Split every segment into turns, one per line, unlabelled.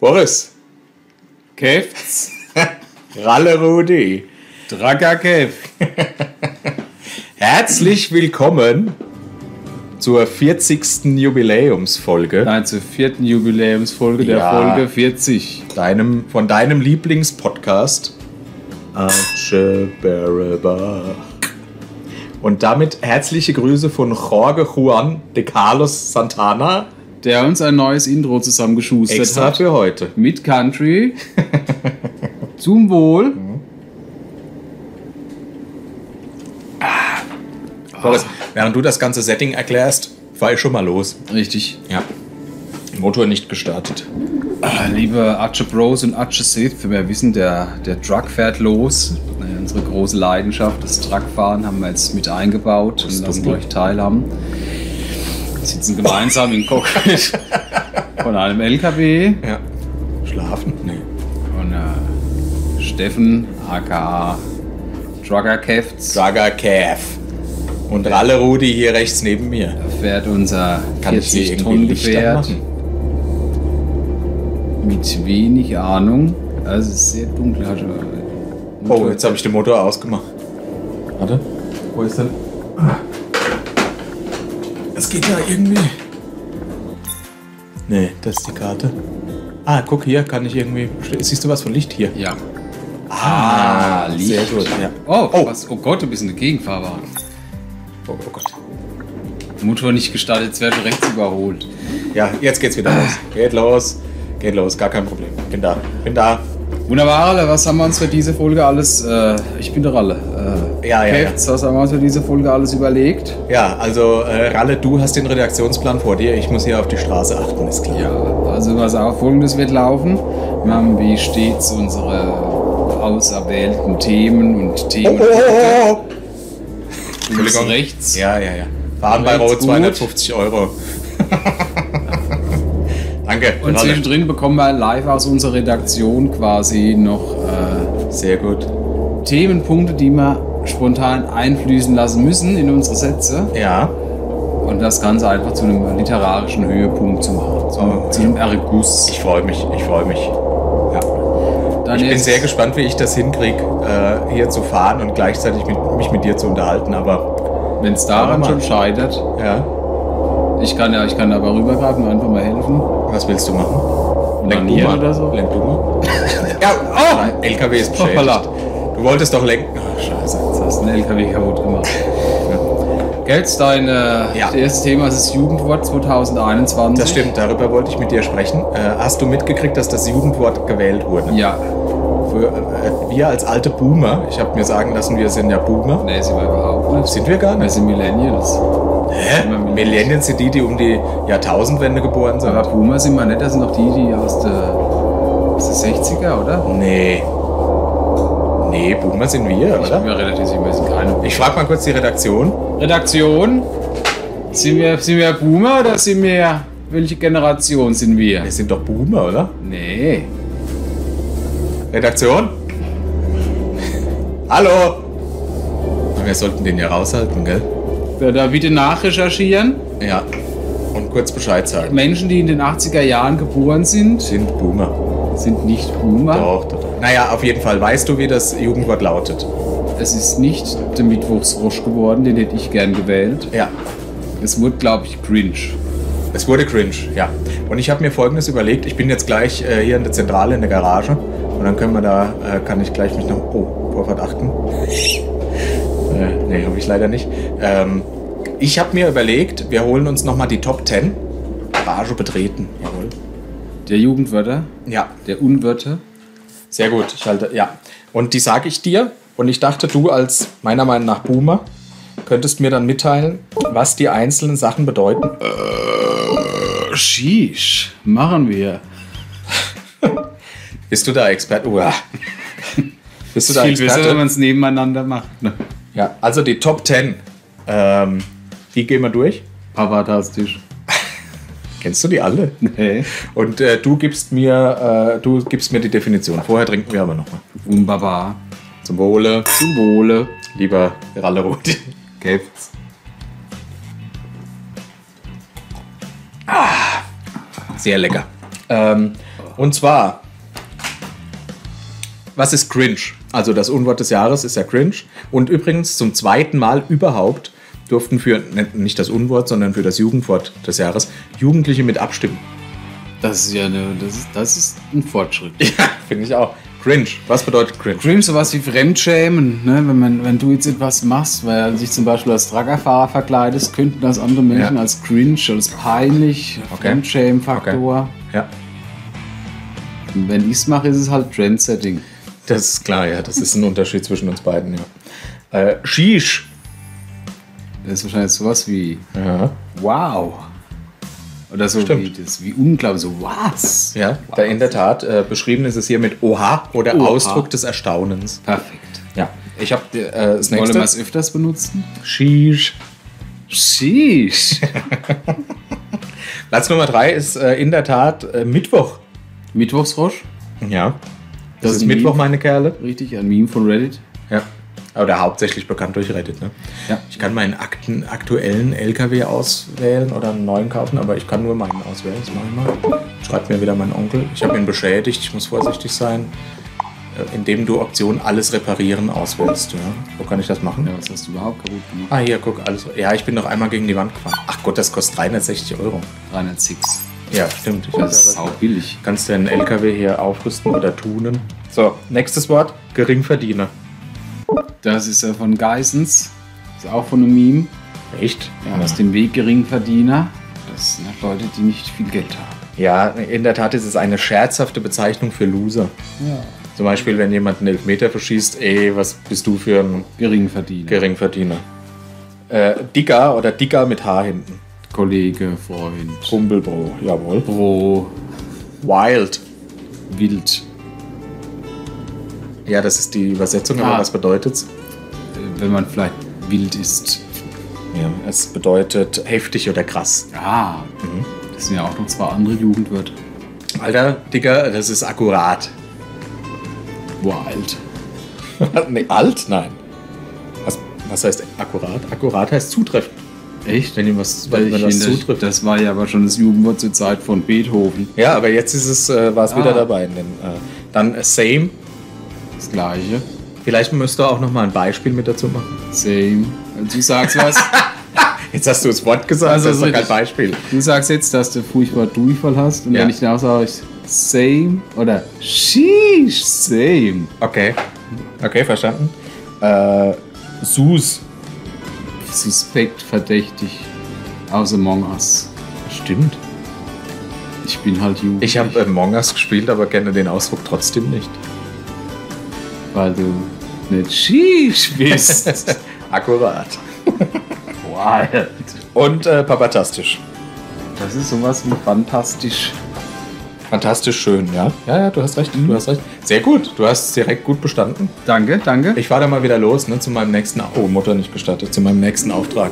Boris,
Käfts,
Ralle Rudi,
Draga Käf.
herzlich willkommen zur 40. Jubiläumsfolge
Nein, zur vierten Jubiläumsfolge der
Ja.
Folge 40.
deinem, von deinem Lieblingspodcast Ascheberebach. Und damit herzliche Grüße von Jorge Juan de Carlos Santana
Der uns ein neues Intro zusammengeschustert
extra
hat.
für heute.
Mit Country. Zum Wohl.
Mhm. Boris, während du das ganze Setting erklärst, fahr ich schon mal los.
Richtig.
Ja. Motor nicht gestartet.
Liebe Archer Bros und Archer Sith, wir wissen, der, der Truck fährt los. Äh, Unsere große Leidenschaft, das Truckfahren, haben wir jetzt mit eingebaut und lassen
dunkel.
euch teilhaben. Wir sitzen gemeinsam im Cockpit von einem LKW.
Ja. Schlafen? Nee.
Und äh, Steffen, aka Trucker Kefts,
Saga Cave. Und Ralle Rudi hier rechts neben mir.
fährt unser
Kann ich sie irgendwie lichter
40-Tonnen-Gefährt
machen?
mit wenig Ahnung. Also es ist sehr dunkel. Hat, äh,
Oh, jetzt habe ich den Motor ausgemacht. Warte. Wo ist denn? Das geht ja irgendwie. Nee, das ist die Karte. Ah, guck hier, kann ich irgendwie. Siehst du was von Licht hier?
Ja.
Ah,
Licht.
Sehr gut. Ja.
Oh,
Oh.
Was, oh Gott, du bist eine Gegenfahrbahn.
Oh, oh Gott.
Motor nicht gestartet, jetzt werde ich rechts überholt.
Ja, jetzt geht's wieder los. Geht los. Geht los, gar kein Problem. Bin da. Bin da.
Wunderbar, Ralle, was haben wir uns für diese Folge alles... Äh, ich bin der Ralle. Äh,
Ja, ja,
Kefts, was haben wir uns für diese Folge alles überlegt?
Ja, also äh, Ralle, du hast den Redaktionsplan vor dir. Ich muss hier auf die Straße achten, ist klar.
Ja, also was auch folgendes wird laufen. Wir haben wie stets unsere auserwählten Themen und Themen.
oh, oh.
Links, rechts.
Ja, ja, ja. Fahren bei
Rechts
Rot
gut.
250 Euro. Danke.
Und
Ralle.
zwischendrin bekommen wir live aus unserer Redaktion quasi noch
Sehr gut.
äh, Themenpunkte, die wir spontan einfließen lassen müssen in unsere Sätze.
Ja.
Und das Ganze einfach zu einem literarischen Höhepunkt zu machen. Zu,
Oh,
zu einem Erguss.
Ich freue mich, ich freue mich. Ja.
Dann
Ich bin
jetzt-
sehr gespannt, wie ich das hinkriege, äh, hier zu fahren und gleichzeitig mit, mich mit dir zu unterhalten. Aber
Wenn es daran
Warte
schon
mal.
scheitert.
ja,
Ich kann ja, ich kann aber rübergreifen und einfach mal helfen.
was willst du machen?
Und dann hier oder so.
Lenk du mal. ja, oh! LKW ist beschädigt.
Hoppala.
Du wolltest doch lenken. Ach, scheiße.
Jetzt hast du einen LKW kaputt gemacht. Gels, dein äh,
Ja.
erstes Thema ist das Jugendwort 2021.
Das stimmt, darüber wollte ich mit dir sprechen. Äh, hast du mitgekriegt, dass das Jugendwort gewählt wurde?
Ja,
Für, äh, wir als alte Boomer, ich habe mir sagen lassen, wir sind ja Boomer.
nee, sind wir überhaupt nicht.
Sind wir gar
Wir
nicht.
sind Millennials.
Hä? Millennials sind die, die um die Jahrtausendwende geboren sind.
Aber Boomer sind wir nicht, das sind doch die, die aus der, aus der 60er, oder?
Nee. Nee, Boomer sind wir,
Ich bin
oder?
mir relativ sicher, wir sind keine Boomer.
Ich frage mal kurz die Redaktion.
Redaktion, sind wir, sind wir Boomer oder sind wir, welche Generation sind wir?
Wir sind doch Boomer, oder?
Nee.
Redaktion? Hallo? Wir sollten den ja raushalten, gell?
Da, da bitte nachrecherchieren.
Ja. Und kurz Bescheid sagen.
Menschen, die in den 80er Jahren geboren sind,
Sind Boomer.
sind nicht Boomer.
Doch, doch, doch. Naja, auf jeden Fall. Weißt du, wie das Jugendwort lautet?
Es ist nicht der Mittwochsrosch geworden, den hätte ich gern gewählt.
Ja.
Es wurde, glaube ich, cringe.
Es wurde cringe, ja. Und ich habe mir folgendes überlegt. Ich bin jetzt gleich äh, hier in der Zentrale, in der Garage. Und dann können wir da, äh, kann ich gleich mich noch, oh, Vorfahrt achten. äh, nee, habe ich leider nicht. Ähm, ich habe mir überlegt, wir holen uns nochmal die Top 10. Garage betreten, jawohl.
Der Jugendwörter,
Ja,
der Unwörter.
Sehr gut, ich halte, ja. Und die sage ich dir. Und ich dachte, du als meiner Meinung nach Boomer könntest mir dann mitteilen, was die einzelnen Sachen bedeuten.
Sheesh, machen wir.
Bist du da Experte? Uah. Bist du da
viel besser, wenn
Experte?
man es nebeneinander macht. Ne?
Ja, also die Top 10. Ähm, die gehen wir durch.
Papatastisch.
Kennst du die alle?
Nee.
Und äh, du gibst mir, äh, du gibst mir die Definition. Vorher trinken wir aber nochmal.
Umbaba.
Zum Wohle,
Zum Wohle.
lieber Rallerot.
Gäbt's.
Sehr lecker. Ah, Ähm, Und zwar, was ist cringe? Also das Unwort des Jahres ist ja cringe. Und übrigens zum zweiten Mal überhaupt durften für, ne, nicht das Unwort, sondern für das Jugendwort des Jahres, Jugendliche mit abstimmen.
Das ist ja eine, das ist, das ist ein Fortschritt.
Ja, finde ich auch. Cringe. Was bedeutet cringe?
Cringe, sowas wie Fremdschämen, ne? wenn, man, wenn du jetzt etwas machst, weil du dich zum Beispiel als Truckerfahrer verkleidest, könnten das andere Menschen
Ja.
als cringe, als peinlich,
Okay.
Fremdschämen-Faktor.
Ja,
Und Wenn ich es mache, ist es halt Trendsetting.
das ist klar, ja. Das ist ein Unterschied zwischen uns beiden, ja. Äh, Sheesh.
Das ist wahrscheinlich sowas wie
Ja.
Wow. Oder so
Stimmt.
wie das, wie unglaublich, so was.
Ja, da in der Tat. Äh, beschrieben ist es hier mit Oha oder
Oha.
Ausdruck des Erstaunens.
Perfekt.
Ja. Ich habe äh, das
Wollen wir
nächste.
es öfters benutzen?
Sheesh.
Sheesh.
Platz Nummer drei ist äh, in der Tat äh, Mittwoch.
Mittwochsrosch.
Ja.
Das
Das,
ist
ist
ein
Mittwoch,
Meme.
meine Kerle.
Richtig, ein Meme von Reddit.
Ja. Oder hauptsächlich bekannt durch Reddit, ne?
Ja.
Ich kann meinen akten, aktuellen LKW auswählen oder einen neuen kaufen, aber ich kann nur meinen auswählen. Das mache ich mal. Schreibt mir wieder mein Onkel. Ich habe ihn beschädigt, ich muss vorsichtig sein. Äh, Indem du Option alles reparieren auswählst. Ja. Wo kann ich das machen?
Ja, was hast du überhaupt kaputt gemacht?
Ah, hier, guck, alles. Ja, ich bin noch einmal gegen die Wand gefahren. Ach Gott, das kostet 360 Euro.
306.
Ja, stimmt. Ich
Das ist
weiß aber,
sau billig.
kannst den LKW hier aufrüsten oder tunen. So, nächstes Wort: Geringverdiener.
Das ist ja von Geissens. Ist auch von einem Meme.
Echt?
Ja, aus dem Weg Geringverdiener. Das sind halt Leute, die nicht viel Geld haben.
Ja, in der Tat ist es eine scherzhafte Bezeichnung für Loser.
Ja.
Zum Beispiel, wenn jemand einen Elfmeter verschießt, ey, was bist du für ein
Geringverdiener.
Geringverdiener? Äh, Dicker oder Dicker mit H hinten.
Kollege, Freund.
Kumpelbro, jawohl.
Bro.
Wild.
Wild.
Ja, das ist die Übersetzung, aber
Ah.
was bedeutet's?
Äh, Wenn man vielleicht wild ist.
Ja. Es bedeutet heftig oder krass.
Ah.
Mhm.
Das sind ja auch noch zwei andere Jugendwörter.
Alter, Dicker, das ist akkurat.
Wild.
nee, alt? Nein. Was, was heißt akkurat? Akkurat heißt zutreffend.
Echt?
Wenn ihm was, wenn man das
das,
zutrifft.
das war ja aber schon das Jugendwort zur Zeit von Beethoven.
Ja, aber jetzt ist es, äh, war es
Ah.
wieder dabei. In dem, äh, dann äh, Same.
Das gleiche.
Vielleicht müsst ihr auch noch mal ein Beispiel mit dazu machen.
Same. Also Du sagst was?
Jetzt hast du das Wort gesagt,
Also,
das ist doch kein
richtig.
Beispiel.
Du sagst jetzt, dass du furchtbar Durchfall hast und
Ja.
wenn ich danach sage, ich same oder sheesh, same.
Okay. Okay, verstanden. Äh, Sus.
Suspekt, verdächtig, aus Among Us.
Stimmt.
Ich bin halt Jugend.
Ich äh, habe Among Us gespielt, aber kenne den Ausdruck trotzdem nicht.
Weil du nicht sheesh bist.
Akkurat.
Wild.
Und äh, papatastisch.
Das ist sowas wie fantastisch.
Fantastisch schön, ja? Ja, ja, du hast recht, du hast recht. Sehr gut, du hast direkt gut bestanden.
Danke, danke.
Ich fahre da mal wieder los, ne, zu meinem nächsten... Oh, Mutter nicht gestattet, zu meinem nächsten Auftrag.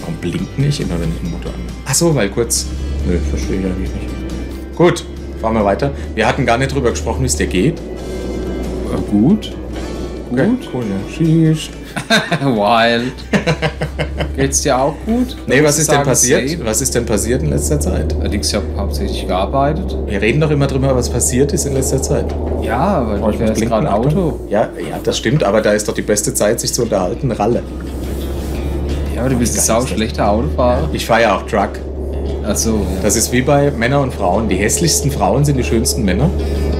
Warum blinkt nicht immer, wenn ich eine Mutter an... Ach so, weil kurz... Nö, verstehe ich eigentlich nicht. Gut, fahren wir weiter. Wir hatten gar nicht drüber gesprochen, wie es dir geht.
Äh, gut. Gut.
cool, ja. Schieß.
Wild. Geht's dir auch gut?
Nee, was ist denn
Sagen,
passiert?
same.
Was ist denn passiert in letzter Zeit?
Allerdings, ich habe hauptsächlich gearbeitet.
Wir reden doch immer drüber, was passiert ist in letzter Zeit.
Ja, weil
Oh,
ich
muss
fährst
blinken,
gerade
Achtung.
Auto.
Ja, ja, das stimmt, aber da ist doch die beste Zeit, sich zu unterhalten. Ralle.
Ja, aber du bist ein
Geil
sau
ist das.
schlechter Autofahrer.
Ich fahre ja auch Truck.
Also,
Das ist wie bei Männer und Frauen. Die hässlichsten Frauen sind die schönsten Männer.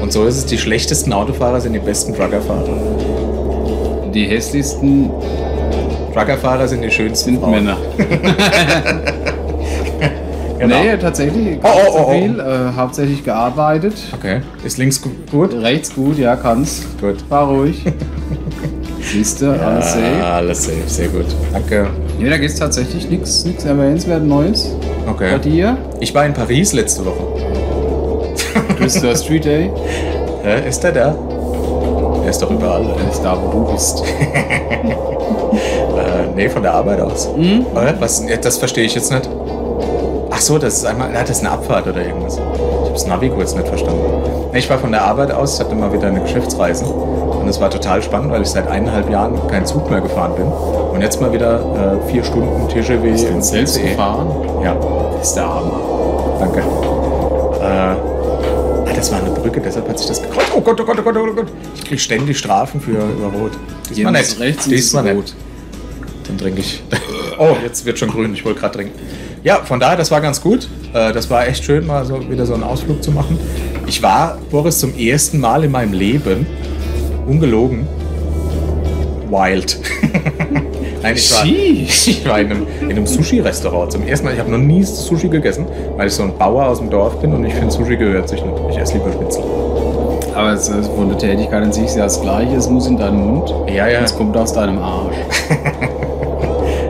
Und so ist es, die schlechtesten Autofahrer sind die besten Truckerfahrer.
die hässlichsten
Truckerfahrer sind die schönsten
sind
Frauen.
Männer.
Genau.
Nee, tatsächlich.
Oh,
gar nicht
oh, oh,
so viel. Äh, hauptsächlich gearbeitet.
Okay. Ist links gu- gut?
Rechts gut, ja, kannst.
Gut.
War ruhig. Siehst du, alles safe.
Ah, alles safe, sehr gut. Danke.
Nee, da gibt's tatsächlich nichts nix erwähnenswert Neues. Bei
Okay.
dir?
Ich war in Paris letzte Woche.
Du bist der Street Day.
Hä, ist der da? Er ist doch überall.
Er ist da, wo du bist.
Äh, nee, von der Arbeit aus.
Mhm.
Oder? Was, äh, das verstehe ich jetzt nicht. Ach so, das ist einmal, ja, das ist eine Abfahrt oder irgendwas. Ich habe das Navi kurz nicht verstanden. Nee, ich war von der Arbeit aus, ich hatte mal wieder eine Geschäftsreise. Und es war total spannend, weil ich seit eineinhalb Jahren keinen Zug mehr gefahren bin. Und jetzt mal wieder äh, vier Stunden TGW in
Selbst gefahren.
Ja,
Das ist der Hammer.
danke. Äh, Ah, das war eine Brücke, deshalb hat sich das gekreuzt. Oh Gott, oh Gott, oh Gott, oh Gott. Ich krieg ständig Strafen für über Rot. Diesmal
Links,
nicht.
rechts und
Diesmal
es ist
nicht.
rot.
Dann trinke ich. Oh, jetzt wird schon grün. Ich wollte gerade trinken. Ja, von daher, das war ganz gut. Äh, Das war echt schön, mal so wieder so einen Ausflug zu machen. Ich war, Boris, zum ersten Mal in meinem Leben, ungelogen, wild. Nein, ich war,
Sheesh.
ich war in einem, in einem Sushi-Restaurant. Zum ersten Mal, ich habe noch nie Sushi gegessen, weil ich so ein Bauer aus dem Dorf bin und ich finde, Sushi gehört sich nicht. Ich esse lieber Schnitzel.
Aber es ist von der Tätigkeit an sich ist ja das Gleiche. Es muss in deinen Mund.
Ja, ja.
Es kommt aus deinem Arsch.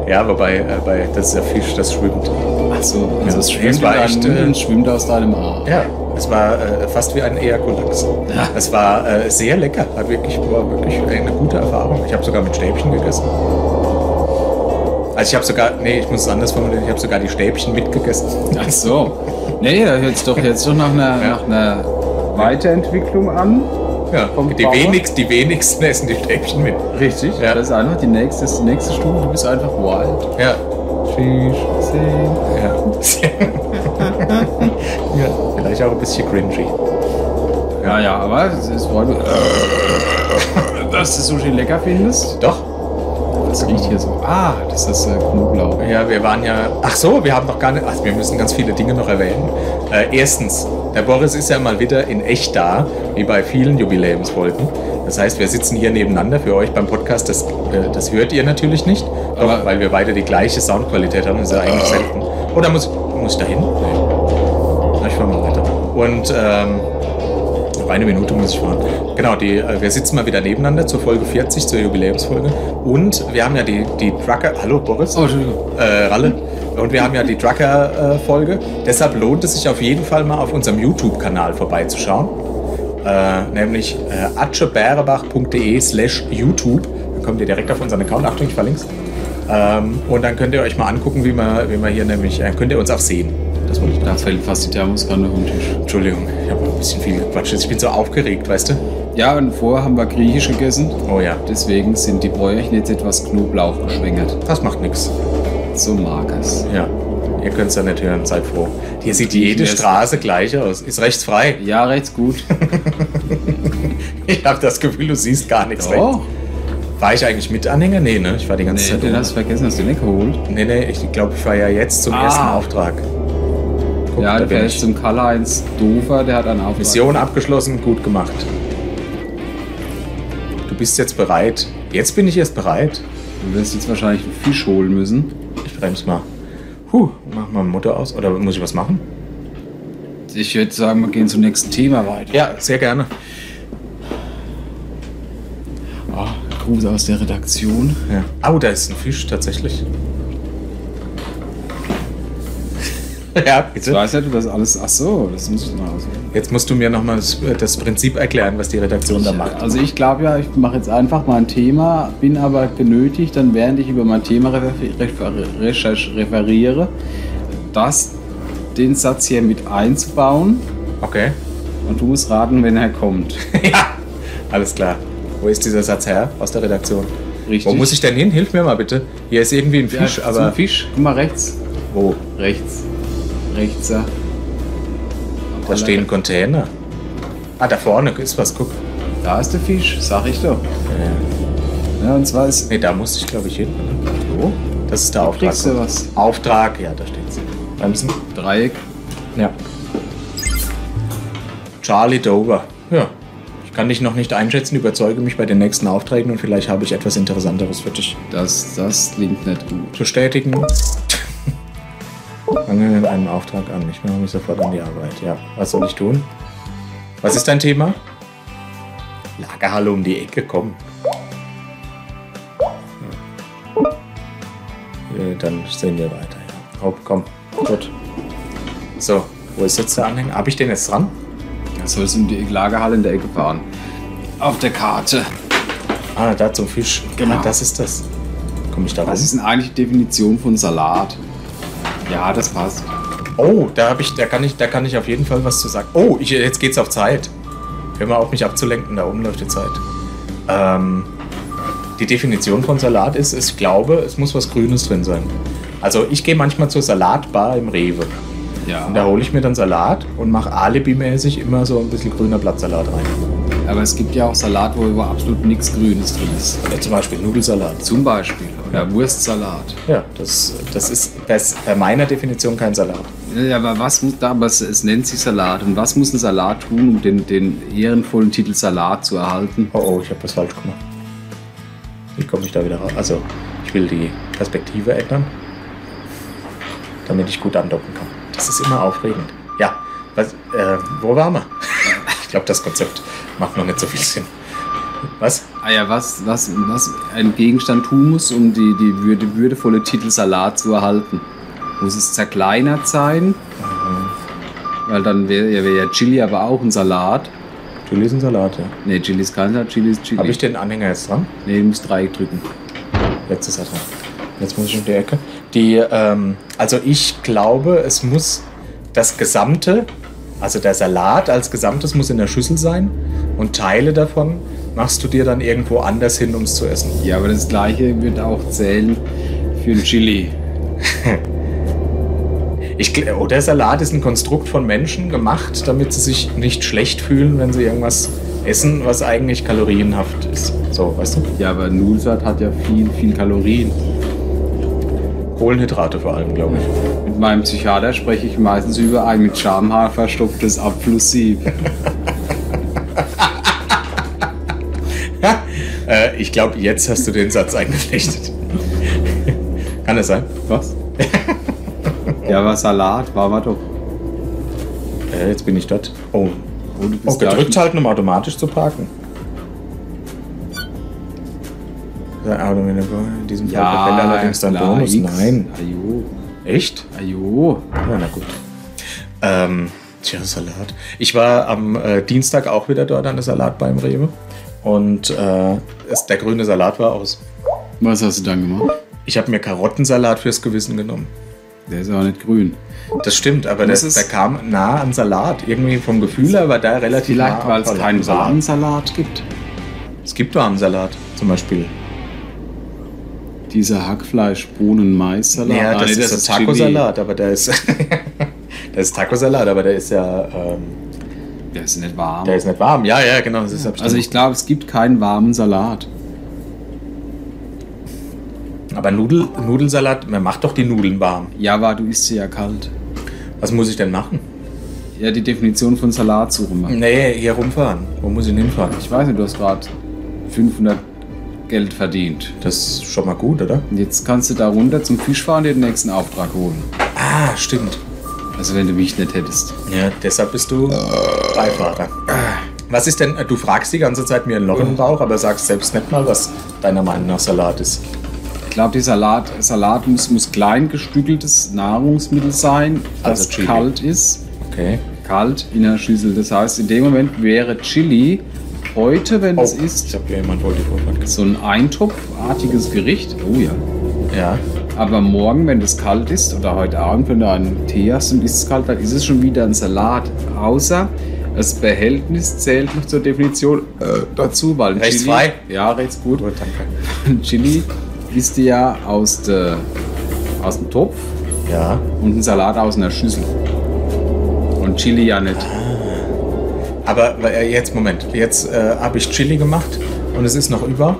Ja, aber bei, äh, bei das ist ja Fisch, das schwimmt.
Achso, also
Ja.
es
Es
schwimmt in
war
deinem
echt,
Mund
äh,
und schwimmt aus deinem Arsch.
Ja, es war äh, fast wie ein Ejakulaks.
Ja.
Es war äh, sehr lecker, hat wirklich, war wirklich eine gute Erfahrung. Ich habe sogar mit Stäbchen gegessen. Also ich habe sogar, nee, ich muss es anders formulieren, ich habe sogar die Stäbchen mitgegessen.
Ach so. Nee, da hört es doch jetzt doch nach einer,
Ja.
nach einer Weiterentwicklung an.
Ja,
Vom
die,
Bauer?
wenigsten, die wenigsten essen die Stäbchen mit.
Richtig.
Ja.
Das ist einfach die nächste, das ist die nächste Stufe. Du bist einfach wild.
Ja.
Fisch, sehen.
Ja. ja. Vielleicht auch ein bisschen cringy.
Ja, ja, aber es es freut mich, äh, dass du Sushi lecker findest.
Doch.
Das riecht hier so. Ah, das ist äh, Knoblauch.
Ja, wir waren ja. Ach so, wir haben noch gar nicht. Ach, wir müssen ganz viele Dinge noch erwähnen. Äh, erstens, der Boris ist ja mal wieder in echt da, wie bei vielen Jubiläumsfolgen. Das heißt, wir sitzen hier nebeneinander für euch beim Podcast. Das, äh, das hört ihr natürlich nicht, doch,
Aber- Ah.
weil wir beide die gleiche Soundqualität haben. Das ist ja eigentlich selten. Oder muss, muss ich da hin? Nee. Na, Ich fahr mal weiter. Und. Ähm, noch eine Minute muss ich fahren. Genau, die, äh, wir sitzen mal wieder nebeneinander zur Folge 40, zur Jubiläumsfolge. Und wir haben ja die, die Trucker. Hallo, Boris
Oh, Entschuldigung.
äh, Ralle. Und wir haben ja die Drucker-Folge. Deshalb lohnt es sich auf jeden Fall mal auf unserem YouTube-Kanal vorbeizuschauen. Äh, nämlich äh, atschebärebach.de slash YouTube. Dann kommt ihr direkt auf unseren Account. Achtung, ich verlinke ähm, Und dann könnt ihr euch mal angucken, wie man, wie man hier nämlich, äh, könnt ihr uns auch sehen. Das wollte ich
Da fällt fast die Thermoskanne vom Tisch.
Entschuldigung, ich habe ein bisschen viel gequatscht. Ich bin so aufgeregt, weißt du?
Ja, und vorher haben wir griechisch gegessen.
Oh ja,
Deswegen sind die Bräuchen jetzt etwas Knoblauch geschwängert.
das macht nichts.
So mag es.
Ja, ihr könnt es ja nicht hören, seid froh. Hier sieht
Riechen
jede
wir es.
Straße gleich aus. Ist rechts frei.
Ja, rechts gut.
Ich habe das Gefühl, du siehst gar nichts
Oh,
recht. War ich eigentlich Mitanhänger? Nee, ne? Ich war die ganze
nee,
Zeit.
den
ohne.
hast du vergessen, hast du den weggeholt.
Nee, nee, ich glaube, ich war ja jetzt zum
Ah.
ersten Auftrag. Guck,
ja,
da
der
bin
fährt
ich.
zum Karl-Heinz Dofer, der hat einen Auftrag.
Mission abgeschlossen, gut gemacht. Du bist jetzt bereit. Jetzt bin ich erst bereit.
Du wirst jetzt wahrscheinlich einen Fisch holen müssen.
Ich bremse mal. Huh, mach mal Mutter aus. Oder muss ich was machen?
Ich würde sagen, wir gehen zum nächsten Thema weiter.
Ja, sehr gerne.
Ah, Gruß aus der Redaktion.
Ja. Au, da ist ein Fisch tatsächlich. ja,
Ich
bitte.
weiß ja, du das alles. Ach so, das muss ich mal auswählen.
Jetzt musst du mir nochmal das, äh, das Prinzip erklären, was die Redaktion da macht.
Also ich glaube ja, ich mache jetzt einfach mein Thema, bin aber genötigt, dann während ich über mein Thema refer- refer- recherch- referiere, das, den Satz hier mit einzubauen
Okay.
und du musst raten, wenn er kommt.
ja, alles klar. Wo ist dieser Satz her? Aus der Redaktion.
Richtig.
Wo muss ich denn hin? Hilf mir mal bitte. Hier ist irgendwie ein Fisch,
Fisch,
aber.
Fisch, guck mal rechts.
Wo?
Rechts. Rechts. ja.
Da stehen Container. Ah, da vorne ist was, guck.
Da ist der Fisch, sag ich doch. Ja, und zwar ist.
Nee, da muss ich, glaube ich, hin.
Oh,
Das ist der Auftrag.
kriegst du was?
Auftrag, ja, da steht's. Da müssen-
Dreieck.
Ja. Charlie Dover. Ja. Ich kann dich noch nicht einschätzen, überzeuge mich bei den nächsten Aufträgen und vielleicht habe ich etwas Interessanteres für dich.
Das, das klingt nicht gut.
bestätigen. Fangen wir mit einem Auftrag an. Ich mache mich sofort an die Arbeit. Ja, was soll ich tun? Was ist dein Thema? Lagerhalle um die Ecke, komm. Ja. Äh, Dann sehen wir weiter. Ja. Oh, komm. Gut. So, wo ist jetzt der Anhänger? Habe ich den jetzt dran?
Da sollst du in die Lagerhalle in der Ecke fahren. Auf der Karte.
Ah, da zum Fisch.
Genau.
Ah, das ist das. Komme ich da
Was
raus?
ist denn eigentlich die Definition von Salat? Ja, das passt.
Oh, da habe ich, da kann ich, da kann ich auf jeden Fall was zu sagen. Oh, ich, jetzt geht's auf Zeit. Hör mal auf, mich abzulenken, da oben läuft die Zeit. Ähm, die Definition von Salat ist, ich glaube, es muss was Grünes drin sein. Also ich gehe manchmal zur Salatbar im Rewe.
Ja.
Und da hole ich mir dann Salat und mache alibimäßig immer so ein bisschen grüner Blattsalat rein.
Aber es gibt ja auch Salat, wo über absolut nichts Grünes drin ist.
Oder zum Beispiel Nudelsalat.
Zum Beispiel. Oder Wurstsalat.
Ja, das, das ist das, bei meiner Definition kein Salat.
Ja, aber was muss da, aber es, es nennt sich Salat. Und was muss ein Salat tun, um den, den ehrenvollen Titel Salat zu erhalten?
Oh, oh, ich habe was falsch gemacht. Ich komme nicht da wieder raus. Also, ich will die Perspektive ändern, damit ich gut andocken kann. Das ist immer aufregend. Ja, was, äh, wo waren wir? Ich glaube, das Konzept macht noch nicht so viel Sinn. Was?
Ah ja, was, was, was ein Gegenstand tun muss, um die, die würde, würdevolle Titel Salat zu erhalten. Muss es zerkleinert sein?
Mhm.
Weil dann wäre ja, wär ja Chili aber auch ein Salat.
Chili ist ein Salat, ja.
Nee, Chili ist kein Salat, Chili ist Chili.
Habe ich den Anhänger jetzt dran?
nee, du musst Dreieck drücken.
Jetzt ist er dran. Jetzt muss ich um die Ecke. Die, ähm, also ich glaube, es muss das Gesamte, also der Salat als Gesamtes muss in der Schüssel sein und Teile davon machst du dir dann irgendwo anders hin, um es zu essen.
Ja, aber das gleiche wird auch zählen für ein Chili.
Ich, gl- oder Salat ist ein Konstrukt von Menschen gemacht, damit sie sich nicht schlecht fühlen, wenn sie irgendwas essen, was eigentlich kalorienhaft ist. So, weißt du?
Ja, aber Nudelsalat hat ja viel, viel Kalorien.
Kohlenhydrate vor allem, glaube ich.
Mit meinem Psychiater spreche ich meistens über ein mit Schamhaar verstopftes Abflusssieb.
Äh, ich glaube, jetzt hast du den Satz eingeflechtet. Kann das sein?
Was? ja, aber Salat war wir doch.
Äh, jetzt bin ich dort. Oh.
Oh, du bist
Oh,
gleich-
gedrückt halten, um automatisch zu parken. Der Auto mit der- In diesem Fall verfällt allerdings dann
klar,
Bonus.
X.
Nein.
Ajo.
Echt?
Ajo.
Ja, na gut. Ähm, tja, Salat. Ich war am äh, Dienstag auch wieder dort an der Salat beim Rewe. Und äh, es, der grüne Salat war aus.
Was hast du dann gemacht?
Ich habe mir Karottensalat fürs Gewissen genommen.
Der ist ja auch nicht grün.
Das stimmt, aber
Das
das,
ist-
der kam nah an Salat. Irgendwie vom Gefühl her war der relativ nah
Vielleicht,
am
weil es keinen
Karottensalat.
warmen Salat gibt.
Es gibt warmen Salat zum Beispiel.
Dieser Hackfleisch, Bohnen, Mais-Salat.
Ja,
Ah,
das,
nee,
ist, so
Chili.
Taco-Salat, aber der ist. das ist Taco-Salat, aber der ist ja. Ähm,
Der ist nicht warm.
der ist nicht warm. Ja, ja, genau. Das ist abstimmt.
also ich glaube, es gibt keinen warmen Salat.
aber Nudel, Nudelsalat, man macht doch die Nudeln warm.
Ja, aber du isst sie ja kalt.
Was muss ich denn machen?
Ja, die Definition von Salat suchen wir.
Nee, hier rumfahren. Wo muss ich denn hinfahren?
Ich weiß nicht, du hast gerade 500 Geld verdient.
Das ist schon mal gut, oder?
Und jetzt kannst du da runter zum Fisch fahren und dir den nächsten Auftrag holen.
Ah, stimmt.
Also wenn du mich nicht hättest.
Ja, deshalb bist du Beifahrer. Was ist denn, du fragst die ganze Zeit mir ein Loch im Bauch, aber sagst selbst nicht mal, was deiner Meinung nach Salat ist.
Ich glaube, die Salat, Salat muss, muss klein gestückeltes Nahrungsmittel sein, das
Also Chili.
kalt ist.
Okay.
Kalt in der Schüssel. Das heißt, in dem Moment wäre Chili heute, wenn es
Oh, Ich
ist,
habe hier jemand wohl die Vorfahrt gesehen.
so ein eintopfartiges Gericht. Oh ja.
Ja.
Aber morgen, wenn es kalt ist, oder heute Abend, wenn du einen Tee hast und ist es kalt, dann ist es schon wieder ein Salat. Außer das Behältnis zählt noch zur Definition äh, dazu, weil ein
Rechts
Chili,
frei?
Ja, rechts gut.
Gut, danke.
Ein Chili isst du ja aus, de, aus dem Topf
Ja.
und ein Salat aus einer Schüssel. Und Chili ja nicht.
Aber äh, jetzt, Moment, jetzt äh, habe ich Chili gemacht und es ist noch über.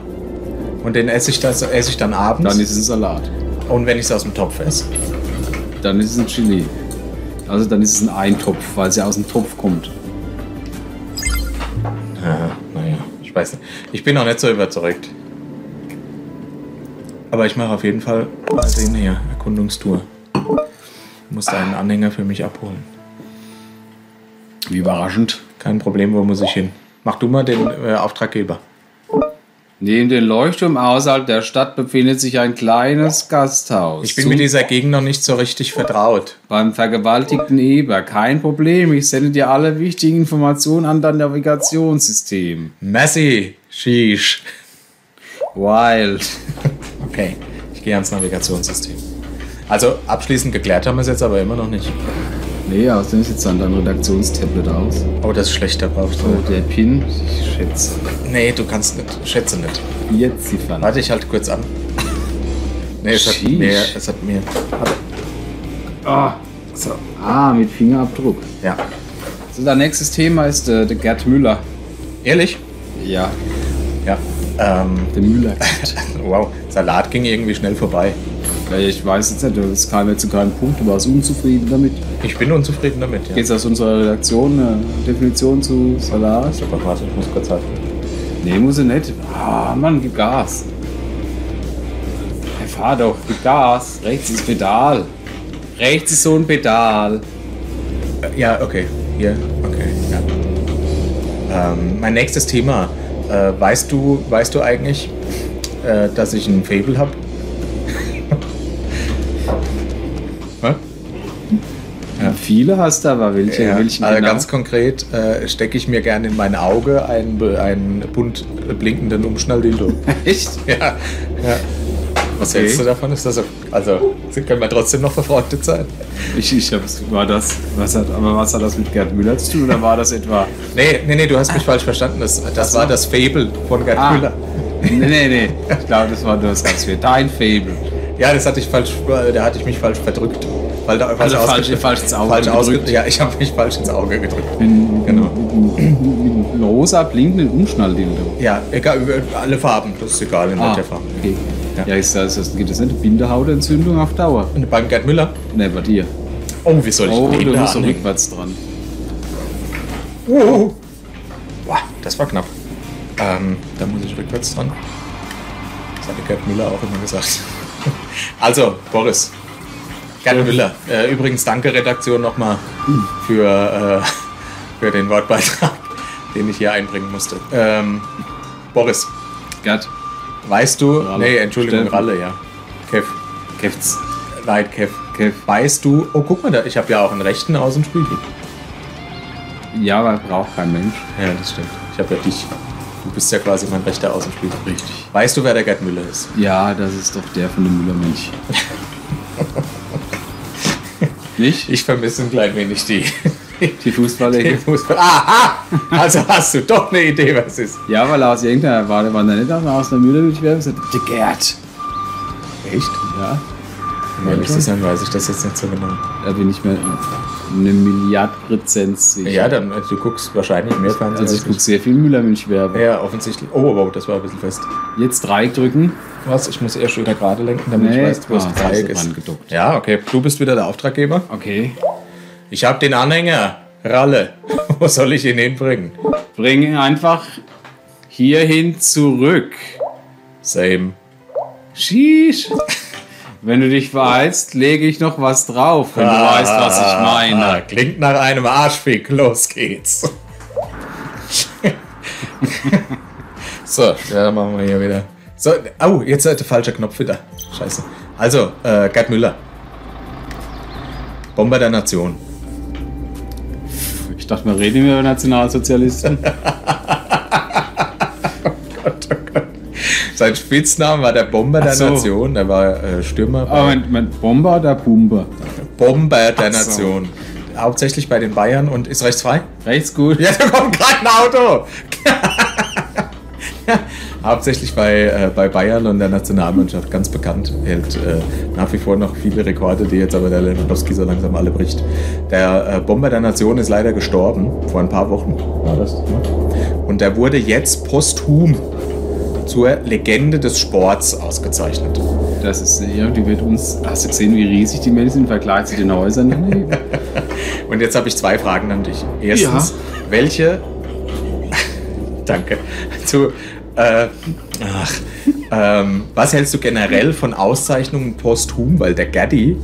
Und den esse ich, das, esse ich dann abends.
Dann ist es ein Salat.
und wenn ich es aus dem Topf esse.
Dann ist es ein Chili. Also dann ist es ein Eintopf, weil es ja aus dem Topf kommt.
Ah, naja, ich weiß nicht. Ich bin noch nicht so überzeugt. Aber ich mache auf jeden Fall mal den hier, Erkundungstour. Muss da einen Anhänger für mich abholen.
Wie überraschend.
Kein Problem, wo muss ich hin? Mach du mal den äh, Auftraggeber.
Neben dem Leuchtturm außerhalb der Stadt befindet sich ein kleines Gasthaus.
Ich bin mit dieser Gegend noch nicht so richtig vertraut.
beim vergewaltigten Eber. Kein Problem, ich sende dir alle wichtigen Informationen an dein Navigationssystem.
Messi, sheesh.
Wild.
Okay, ich gehe ans Navigationssystem. Also abschließend geklärt haben wir es jetzt aber immer noch nicht.
Nee, außerdem sieht es an deinem Redaktionstablet aus.
Oh, das ist schlecht, da brauchst
Oh,
du.
der Pin, ich schätze.
Nee, du kannst nicht. Schätze nicht.
Vier Ziffern.
Warte, ich halt kurz an. Nee, es hat
Sheesh.
mehr. Es hat mehr.
Ah, So. Ah, mit Fingerabdruck.
Ja.
So, dein nächstes Thema ist äh, der Gerd Müller.
Ehrlich?
Ja.
Ja. Ähm,
Der Müller.
wow, Salat ging irgendwie schnell vorbei.
ich weiß jetzt nicht, es kam jetzt zu keinem Punkt, du warst unzufrieden damit.
Ich bin unzufrieden damit, ja.
Geht es aus unserer Redaktion eine Definition zu Solaris?
Super, warte, ich muss kurz halten.
Nee, muss er nicht. Ah, Mann, gib Gas. Hey, fahr doch, gib Gas. Rechts ist Pedal. Rechts ist so ein Pedal.
Äh, Ja, okay. Hier, okay, ja. Ähm, mein nächstes Thema. Äh, weißt, du, weißt du eigentlich, äh, dass ich ein Fable habe?
Viele hast du aber, welche, welchen
also
genau?
ganz konkret äh, stecke ich mir gerne in mein Auge einen, be- einen bunt blinkenden Umschnalldildo.
Echt?
ja, ja. Was
Okay.
hältst du davon? Ist das so, also, sie können wir trotzdem noch verfreundet sein?
Ich, ich hab's, war das, was hat, aber was hat das mit Gerd Müller zu tun oder war das etwa?
Nee, nee, nee, du hast mich falsch verstanden. Das, das war das Fable von Gerd
Ah.
Müller.
Nee, nee, nee. Ich glaube, das war das ganz viel. Dein Fable.
Ja, das hatte ich falsch, äh, da hatte ich mich falsch verdrückt. Weil da,
Also falsch-
ausgedrückt-
falsch ins Auge
falsch
gedrückt.
ausgedrückt. Ja, ich habe mich falsch ins Auge gedrückt.
Genau. Mit einem rosa blinkenden Umschnalldildo.
Ja, egal, über- alle Farben, das ist egal,
Ah.
in welcher Farbe.
okay.
Ah. Ja.
Ja, ist das, das gibt es nicht eine Bindehautentzündung auf Dauer?
Und beim Gerd Müller,
Ne, bei dir.
oh, wie soll ich
Oh, du
da
bist so
anhängen?
rückwärts dran.
Oh. Boah, das war knapp. Ähm, da muss ich rückwärts dran. Das hatte Gerd Müller auch immer gesagt. Also, Boris. Gerd Müller. Äh, übrigens, danke Redaktion nochmal für, äh, für den Wortbeitrag, den ich hier einbringen musste. Ähm, Boris,
Gerd,
weißt du...
Ralle.
Nee, Entschuldigung,
Steffen.
Ralle, ja. Kev.
Kevz.
Nein, Kev.
Kev.
Weißt du... Oh, guck mal, da, ich habe ja auch einen rechten Außenspiegel.
Ja, aber braucht kein Mensch.
Ja, das stimmt. Ich habe ja dich. Du bist ja quasi mein rechter Außenspiel. Richtig. Weißt du, wer der Gerd Müller ist?
Ja, das ist doch der von dem Müllermilch. Nicht?
Ich vermisse ein klein wenig die.
Die
die
Fußballer.
Fußball. Aha! Also hast du doch eine Idee, was es ist.
Ja, weil aus irgendeiner war, war da nicht auch aus einer Müllermilch-Werbung gesagt, der Gerd.
Echt?
Ja,
Um ehrlich zu sein, weiß ich das jetzt nicht so genau.
da bin ich mir eine Milliarde Prozent sicher.
Ja, dann, äh, du guckst wahrscheinlich mehr Fernsehen.
also ich gucke
als
sehr viel Müllermilch-Werbung.
ich. Ja, offensichtlich. Oh, wow, das war ein bisschen fest.
Jetzt Dreieck drücken.
Was? Ich muss erst wieder gerade lenken, damit
Nee.
ich weiß, wo das
Ah, da
Dreieck
hast du
ist.
dran geduckt.
Ja, okay. Du bist wieder der Auftraggeber.
Okay.
Ich habe den Anhänger. Ralle. Wo soll ich ihn hinbringen?
Bring ihn einfach hierhin zurück.
Same.
Schieß. Wenn du dich verheizt, lege ich noch was drauf, wenn du weißt, was ich
Ah,
meine.
klingt nach einem Arschfick. Los geht's. so, ja, machen wir hier wieder. So, au, jetzt ist der falsche Knopf wieder. Scheiße. Also, äh, Gerd Müller. Bomber der Nation.
Ich dachte, wir reden über Nationalsozialisten.
Sein Spitzname war der Bomber der
Ach so.
Nation. Er war äh, Stürmer. bei-
Aber mein, mein Bomber oder Pumper?
Bomber der
Ach so.
Nation. Hauptsächlich bei den Bayern und ist rechts frei?
Rechts gut.
Ja, da kommt gerade ein Auto. Hauptsächlich bei, äh, bei Bayern und der Nationalmannschaft ganz bekannt. Hält äh, nach wie vor noch viele Rekorde, die jetzt aber der Lewandowski so langsam alle bricht. Der äh, Bomber der Nation ist leider gestorben, vor ein paar Wochen war das. Ne? Und er wurde jetzt posthum zur Legende des Sports ausgezeichnet.
Das ist ja, die wird uns. Hast du gesehen, wie riesig die Mädels sind im Vergleich zu den Häusern? daneben?
Und jetzt habe ich zwei Fragen an dich. Erstens,
Ja.
welche. Danke. Zu. Äh, ach, ähm, was hältst du generell von Auszeichnungen posthum? Weil der Gaddy,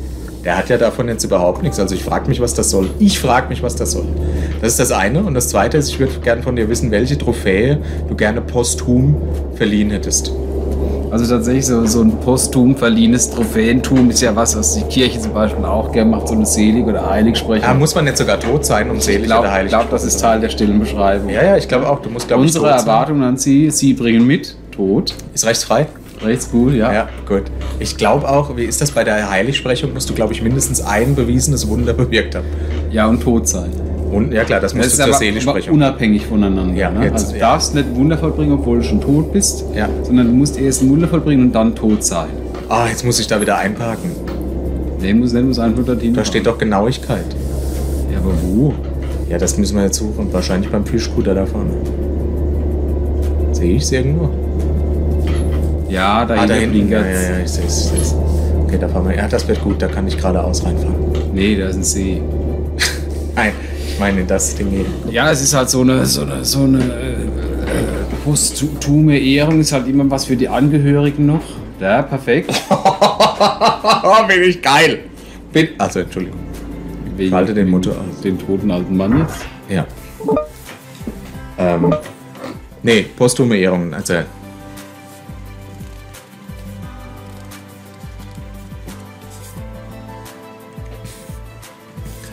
der hat ja davon jetzt überhaupt nichts. Also ich frage mich, was das soll. Ich frage mich, was das soll. Das ist das eine. Und das zweite ist, ich würde gerne von dir wissen, welche Trophäe du gerne posthum verliehen hättest.
Also tatsächlich so, so ein posthum verliehenes Trophäentum ist ja was, was die Kirche zum Beispiel auch gerne macht, so eine Selig- oder Heiligsprechung.
Ah, muss man nicht sogar tot sein, um
ich
selig
glaube,
oder heilig
glaub, das ist Teil der stillen Beschreibung.
Ja, ja, ich glaube auch. Du musst, glaube ich,
Unsere
tot sein.
Erwartungen an Sie, Sie bringen mit, tot,
Ist rechtsfrei?
rechts gut, ja.
Ja, gut. Ich glaube auch, wie ist das bei der Heiligsprechung? Musst du, glaube ich, mindestens ein bewiesenes Wunder bewirkt haben.
Ja, und tot sein.
Und ja klar, das musst du zur Seelensprechung.
unabhängig voneinander.
Ja,
ne?
jetzt-
also du
ja.
darfst nicht Wunder vollbringen, obwohl du schon tot bist,
Ja.
sondern du musst erst ein Wunder vollbringen und dann tot sein.
Ah, jetzt muss ich da wieder einparken.
Der muss, der muss einfach dorthin.
Da steht doch Genauigkeit.
Ja, aber wo?
Ja, das müssen wir jetzt suchen. Wahrscheinlich beim Fischkutter da vorne. Sehe ich es irgendwo?
Ja, da
Ah, da hinten. Ja,
blinkert's.
ja, ja, ich sehe es. Okay, da fahren wir. Ja, das wird gut. Da kann ich geradeaus reinfahren.
Nee, da ist ein See.
Nein, ich meine das Ding hier.
Ja, es ist halt so eine, so eine, so eine äh, posthume Ehrung, ist halt immer was für die Angehörigen noch. Ja, perfekt.
Oh, bin ich geil. Bin, also, Entschuldigung.
Wegen
Schalte den Motor aus.
Den toten alten Mann jetzt.
Ja. Ähm, nee, posthume Ehrungen erzählen.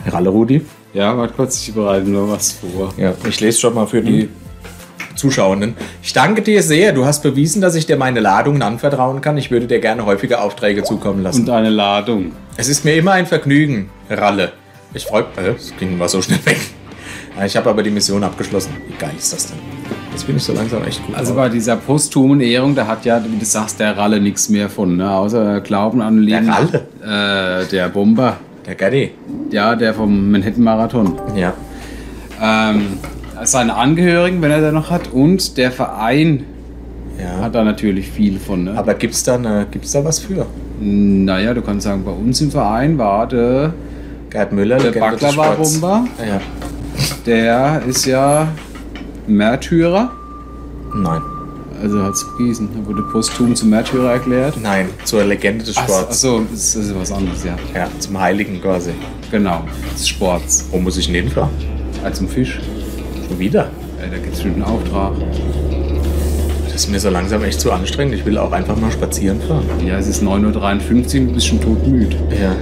Ralle Rudi?
Ja, warte kurz, ich bereite nur was vor.
Ja, ich lese schon mal für die Mhm. Zuschauenden. Ich danke dir sehr. Du hast bewiesen, dass ich dir meine Ladungen anvertrauen kann. Ich würde dir gerne häufige Aufträge zukommen lassen.
Und eine Ladung.
Es ist mir immer ein Vergnügen, Ralle. Ich freue mich. Es ging mal so schnell weg. Äh, Ich habe aber die Mission abgeschlossen. Wie geil ist das denn? Jetzt bin ich so langsam echt gut.
Also
drauf.
bei dieser posthumen Ehrung, da hat ja, wie du sagst, der Ralle nichts mehr von, ne? außer Glauben an Leben.
Ralle?
Äh, der Bomber.
der Gaddy.
Ja, der vom Manhattan-Marathon.
Ja.
Ähm, seine Angehörigen, wenn er da noch hat, und der Verein
ja.
hat da natürlich viel von. Ne?
Aber gibt's da, eine, gibt's da was für?
Naja, du kannst sagen, bei uns im Verein war der,
Gerd Müller,
Der
Legende des Sports. Ah,
Baklava-Bomber?
Ja.
der ist ja Märtyrer.
Nein.
Also hat es bewiesen. Er wurde posthum zum Märtyrer erklärt.
Nein, zur Legende des Sports.
Achso, das ist was anderes, ja.
Ja, zum Heiligen quasi.
Genau, des Sports.
Wo muss ich denn hinfahren?
Also zum Fisch.
Schon wieder?
Äh, da gibt es einen Auftrag.
Das ist mir so langsam echt zu anstrengend. Ich will auch einfach mal spazieren fahren.
Ja, es ist 9.53 Uhr, du bist schon todmüd.
Ja.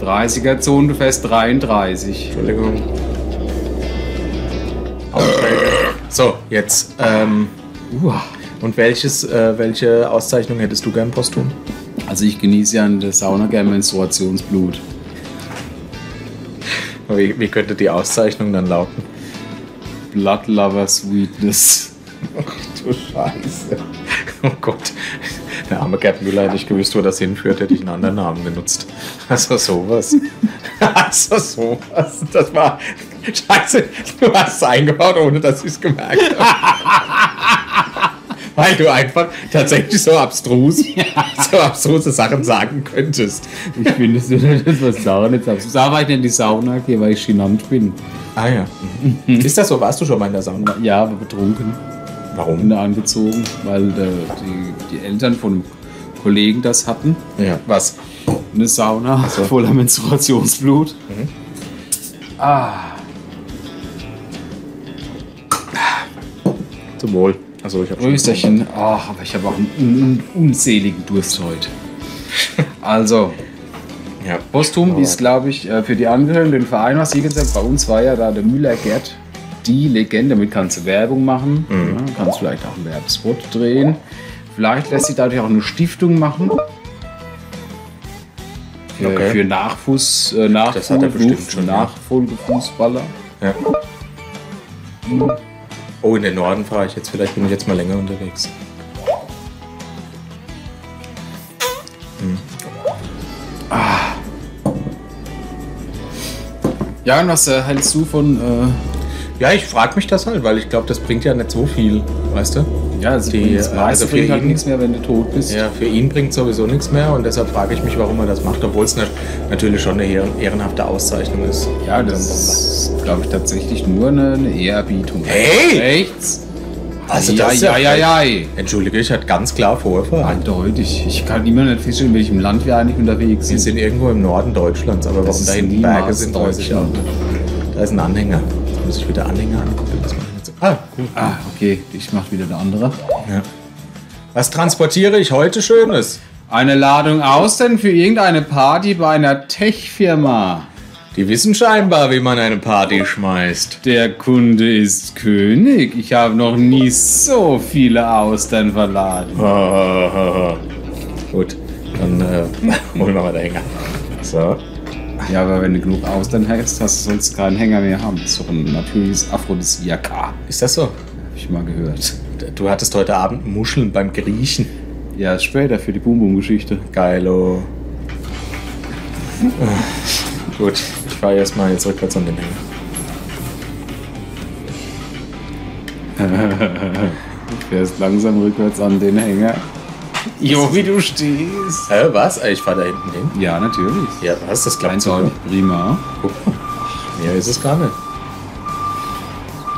30er-Zone, du fährst 33.
Entschuldigung. Aufträge. So, jetzt. Ähm,
Uah.
und welches, äh, welche Auszeichnung hättest du gern posthum?
Also ich genieße ja in der Sauna gerne Menstruationsblut.
Wie, wie könnte die Auszeichnung dann lauten?
Blood Lover Sweetness.
Oh Du Scheiße. Oh Gott. Der arme Gerd Müller hätte ich gewusst, wo das hinführt, hätte ich einen anderen Namen genutzt. Also sowas. Also sowas. Das war. Scheiße, du hast es eingebaut, ohne dass ich es gemerkt habe. Weil du einfach tatsächlich so abstrus, so abstruse Sachen sagen könntest.
Ich finde es das, was Sarah nicht sagt. Sarah, weil ich nicht in die Sauna gehe, weil ich genannt bin.
Ah ja. Ist das so? Warst du schon mal in der Sauna?
Ja, aber betrunken.
Warum?
Bin da angezogen, weil äh, die, die Eltern von einem Kollegen das hatten.
Ja. Was?
Eine Sauna voller Menstruationsblut.
Zum Wohl. Also ich habe
Rösterchen. Ach, aber ich habe auch einen un un unseligen Durst heute. Also,
Ja.
Postum ist, glaube ich, äh, für die Angehörigen, den Verein, was Sie gesagt haben, bei uns war ja da der Müller Gerd die Legende. Damit kannst du Werbung machen,
Mhm.
ja, kannst vielleicht auch einen Werbespot drehen. Vielleicht lässt sich dadurch auch eine Stiftung machen. Für,
Okay.
für Nachfuß, äh,
Das hat er bestimmt
Nachwuchs,
schon, ja.
Nachfolgefußballer.
Ja. Oh, in den Norden fahre ich jetzt. Vielleicht bin ich jetzt mal länger unterwegs.
Ja, und was äh, hältst du von. Äh,
Ja, ich frage mich das halt, weil ich glaube, das bringt ja nicht so viel, weißt du?
ja, also
Die,
die, das
äh,
meiste
also für
bringt halt
ihn-
nichts mehr, wenn du tot bist.
Ja, für ihn bringt sowieso nichts mehr und deshalb frage ich mich, warum er das macht, obwohl es nat- natürlich schon eine ehren- ehrenhafte Auszeichnung ist.
Ja, das ist, glaube ich, tatsächlich nur eine, eine Ehrerbietung.
Hey!
Rechts?
Also
ja,
das ist
ja,
ja
ja,
frech.
ja, ja.
Entschuldige, ich hatte ganz klar Vorfall.
Eindeutig. Ich kann immer nicht feststellen, in welchem Land wir eigentlich unterwegs
Sie
sind.
sind irgendwo im Norden Deutschlands, aber warum da hinten
niemals
Berge sind, also weiß ich auch.
Deutschland.
Da ist ein Anhänger. Jetzt muss ich wieder Anhänger angucken. Das mache ich nicht so. Ah, cool.
Ah, okay. Ich mach wieder der andere.
Ja. Was transportiere ich heute Schönes?
Eine Ladung aus denn für irgendeine Party bei einer Tech-Firma.
Die wissen scheinbar, wie man eine Party schmeißt.
Der Kunde ist König. Ich habe noch nie so viele Austern verladen.
Gut, dann äh, holen wir mal den Hänger. So.
Ja, aber wenn du genug Austern hast, hast du sonst keinen Hänger mehr haben. Das ist doch ein natürliches Aphrodisiaka. Hab
Ist das so?
ich mal gehört.
Du hattest heute Abend Muscheln beim Griechen. oh.
Ja, später für die Boom-Boom-Geschichte.
Geilo. Gut, ich fahre erstmal jetzt rückwärts an den Hänger.
Fährst langsam rückwärts an den Hänger. Jo, wie du stehst.
Hä, was? Ey, Ich fahre da hinten hin.
Ja, natürlich.
Ja, was? Das klappt
Eins
so.
auch nicht prima.
Guck mal. Mehr ist es gar nicht.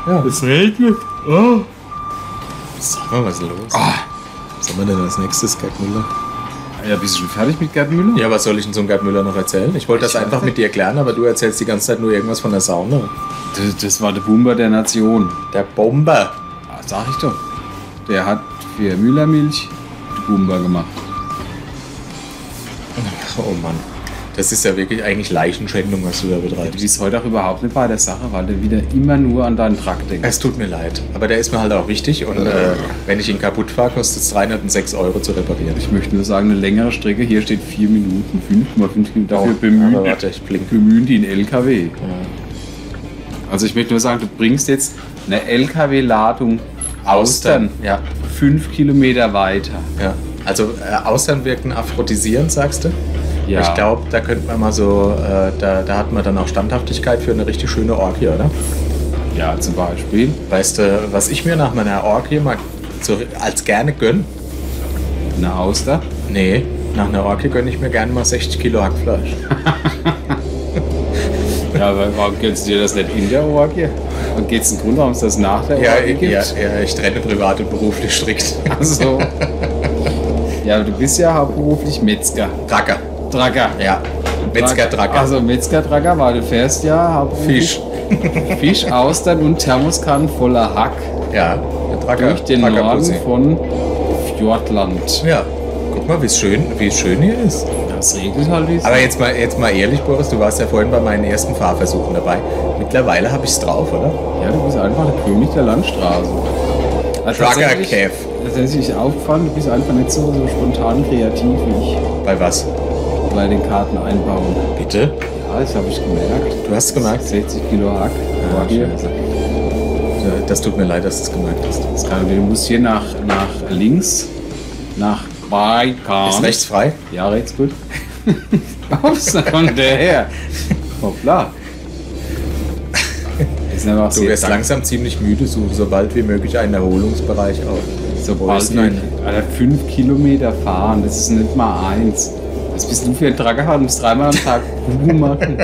Ja,
Es regnet. Oh.
sag mal, was ist los? Was haben wir denn als nächstes, Gerd Müller?
Ah Ja, bist du schon fertig mit Gerd Müller?
Ja, was soll ich denn zum Gerd Müller noch erzählen? Ich wollte das
Ich weiß
einfach mit dir klären, aber du erzählst die ganze Zeit nur irgendwas von der Sauna.
Das, das war der Boomer der Nation.
Der Bomber.
Ah, Sag ich doch. Der hat für Müllermilch die Boomer gemacht.
Oh Mann. Das ist ja wirklich eigentlich Leichenschändung, was du da
Du
betreibst.
bist heute auch überhaupt nicht bei der Sache, weil du wieder immer nur an deinen Trakt denkst.
Es tut mir leid, aber der ist mir halt auch wichtig und äh, wenn ich ihn kaputt fahre, kostet es 306 Euro zu reparieren.
Ich möchte nur sagen, eine längere Strecke, hier steht 4 Minuten, 5,5 Minuten. Dafür
Oh,
bemühen,
aber warte, ich blink.
bemühen die einen LKW. Also ich möchte nur sagen, du bringst jetzt eine LKW-Ladung Austern
Ja,
5 Kilometer weiter.
ja. Also äh, Austern wirken aphrodisierend, sagst du?
Ja.
Ich glaube, da könnte man mal so, äh, da, da hat man dann auch Standhaftigkeit für eine richtig schöne Orgie, oder?
Ja, zum Beispiel.
Weißt du, was ich mir nach meiner Orgie mal so als gerne gönn?
Eine Auster.
Nee, nach einer Orgie gönn ich mir gerne mal 60 Kilo Hackfleisch.
Ja, aber warum gönnst du dir das nicht in der Orgie? Und geht's einen Grund, warum es das nach der
Ja,
Orgie gibt?
ja, ja, ich trenne privat und beruflich strikt.
Also. ja, aber du bist ja hauptberuflich Metzger.
Tracker,
Tracker.
ja. Metzger-Tracker.
Also Metzger-Tracker, weil du fährst ja hauptberuflich
Fisch.
Fisch, Austern und Thermoskannen voller Hack
Ja, der Tracker.
durch den
Tracker
Norden
Pussy.
von Fjordland.
Ja, guck mal, wie schön, wie schön hier ist.
Das regnet halt wie es-
Aber jetzt mal, jetzt mal ehrlich, Boris, du warst ja vorhin bei meinen ersten Fahrversuchen dabei. Mittlerweile habe ich es drauf, oder?
Ja, du bist einfach der König der Landstraße. Also
Trucker
tatsächlich-
Kev.
Tatsächlich aufgefallen, du bist einfach nicht so, so spontan kreativ wie ich
Bei was?
bei den Karten einbauen.
Bitte?
Ja, das habe ich gemerkt.
Du hast es gemerkt?
60 Kilo Hack.
Ah,
Orgie.
Scheiße. Ja, Das tut mir leid, dass du es gemerkt hast.
Das ist gerade- du musst hier nach, nach links, nach Baikal.
Ist rechts frei?
Ja, rechts gut. Ups, da kommt der her. Hoppla. Ist einfach
Du
sehr
wirst
dankbar.
langsam ziemlich müde, suche so bald wie möglich einen Erholungsbereich auf.
Sobald
Größen ein.
wir- Alter, fünf Kilometer fahren, das ist nicht mal eins. Was bist du für ein Tracker? Du musst dreimal am Tag Bubu machen.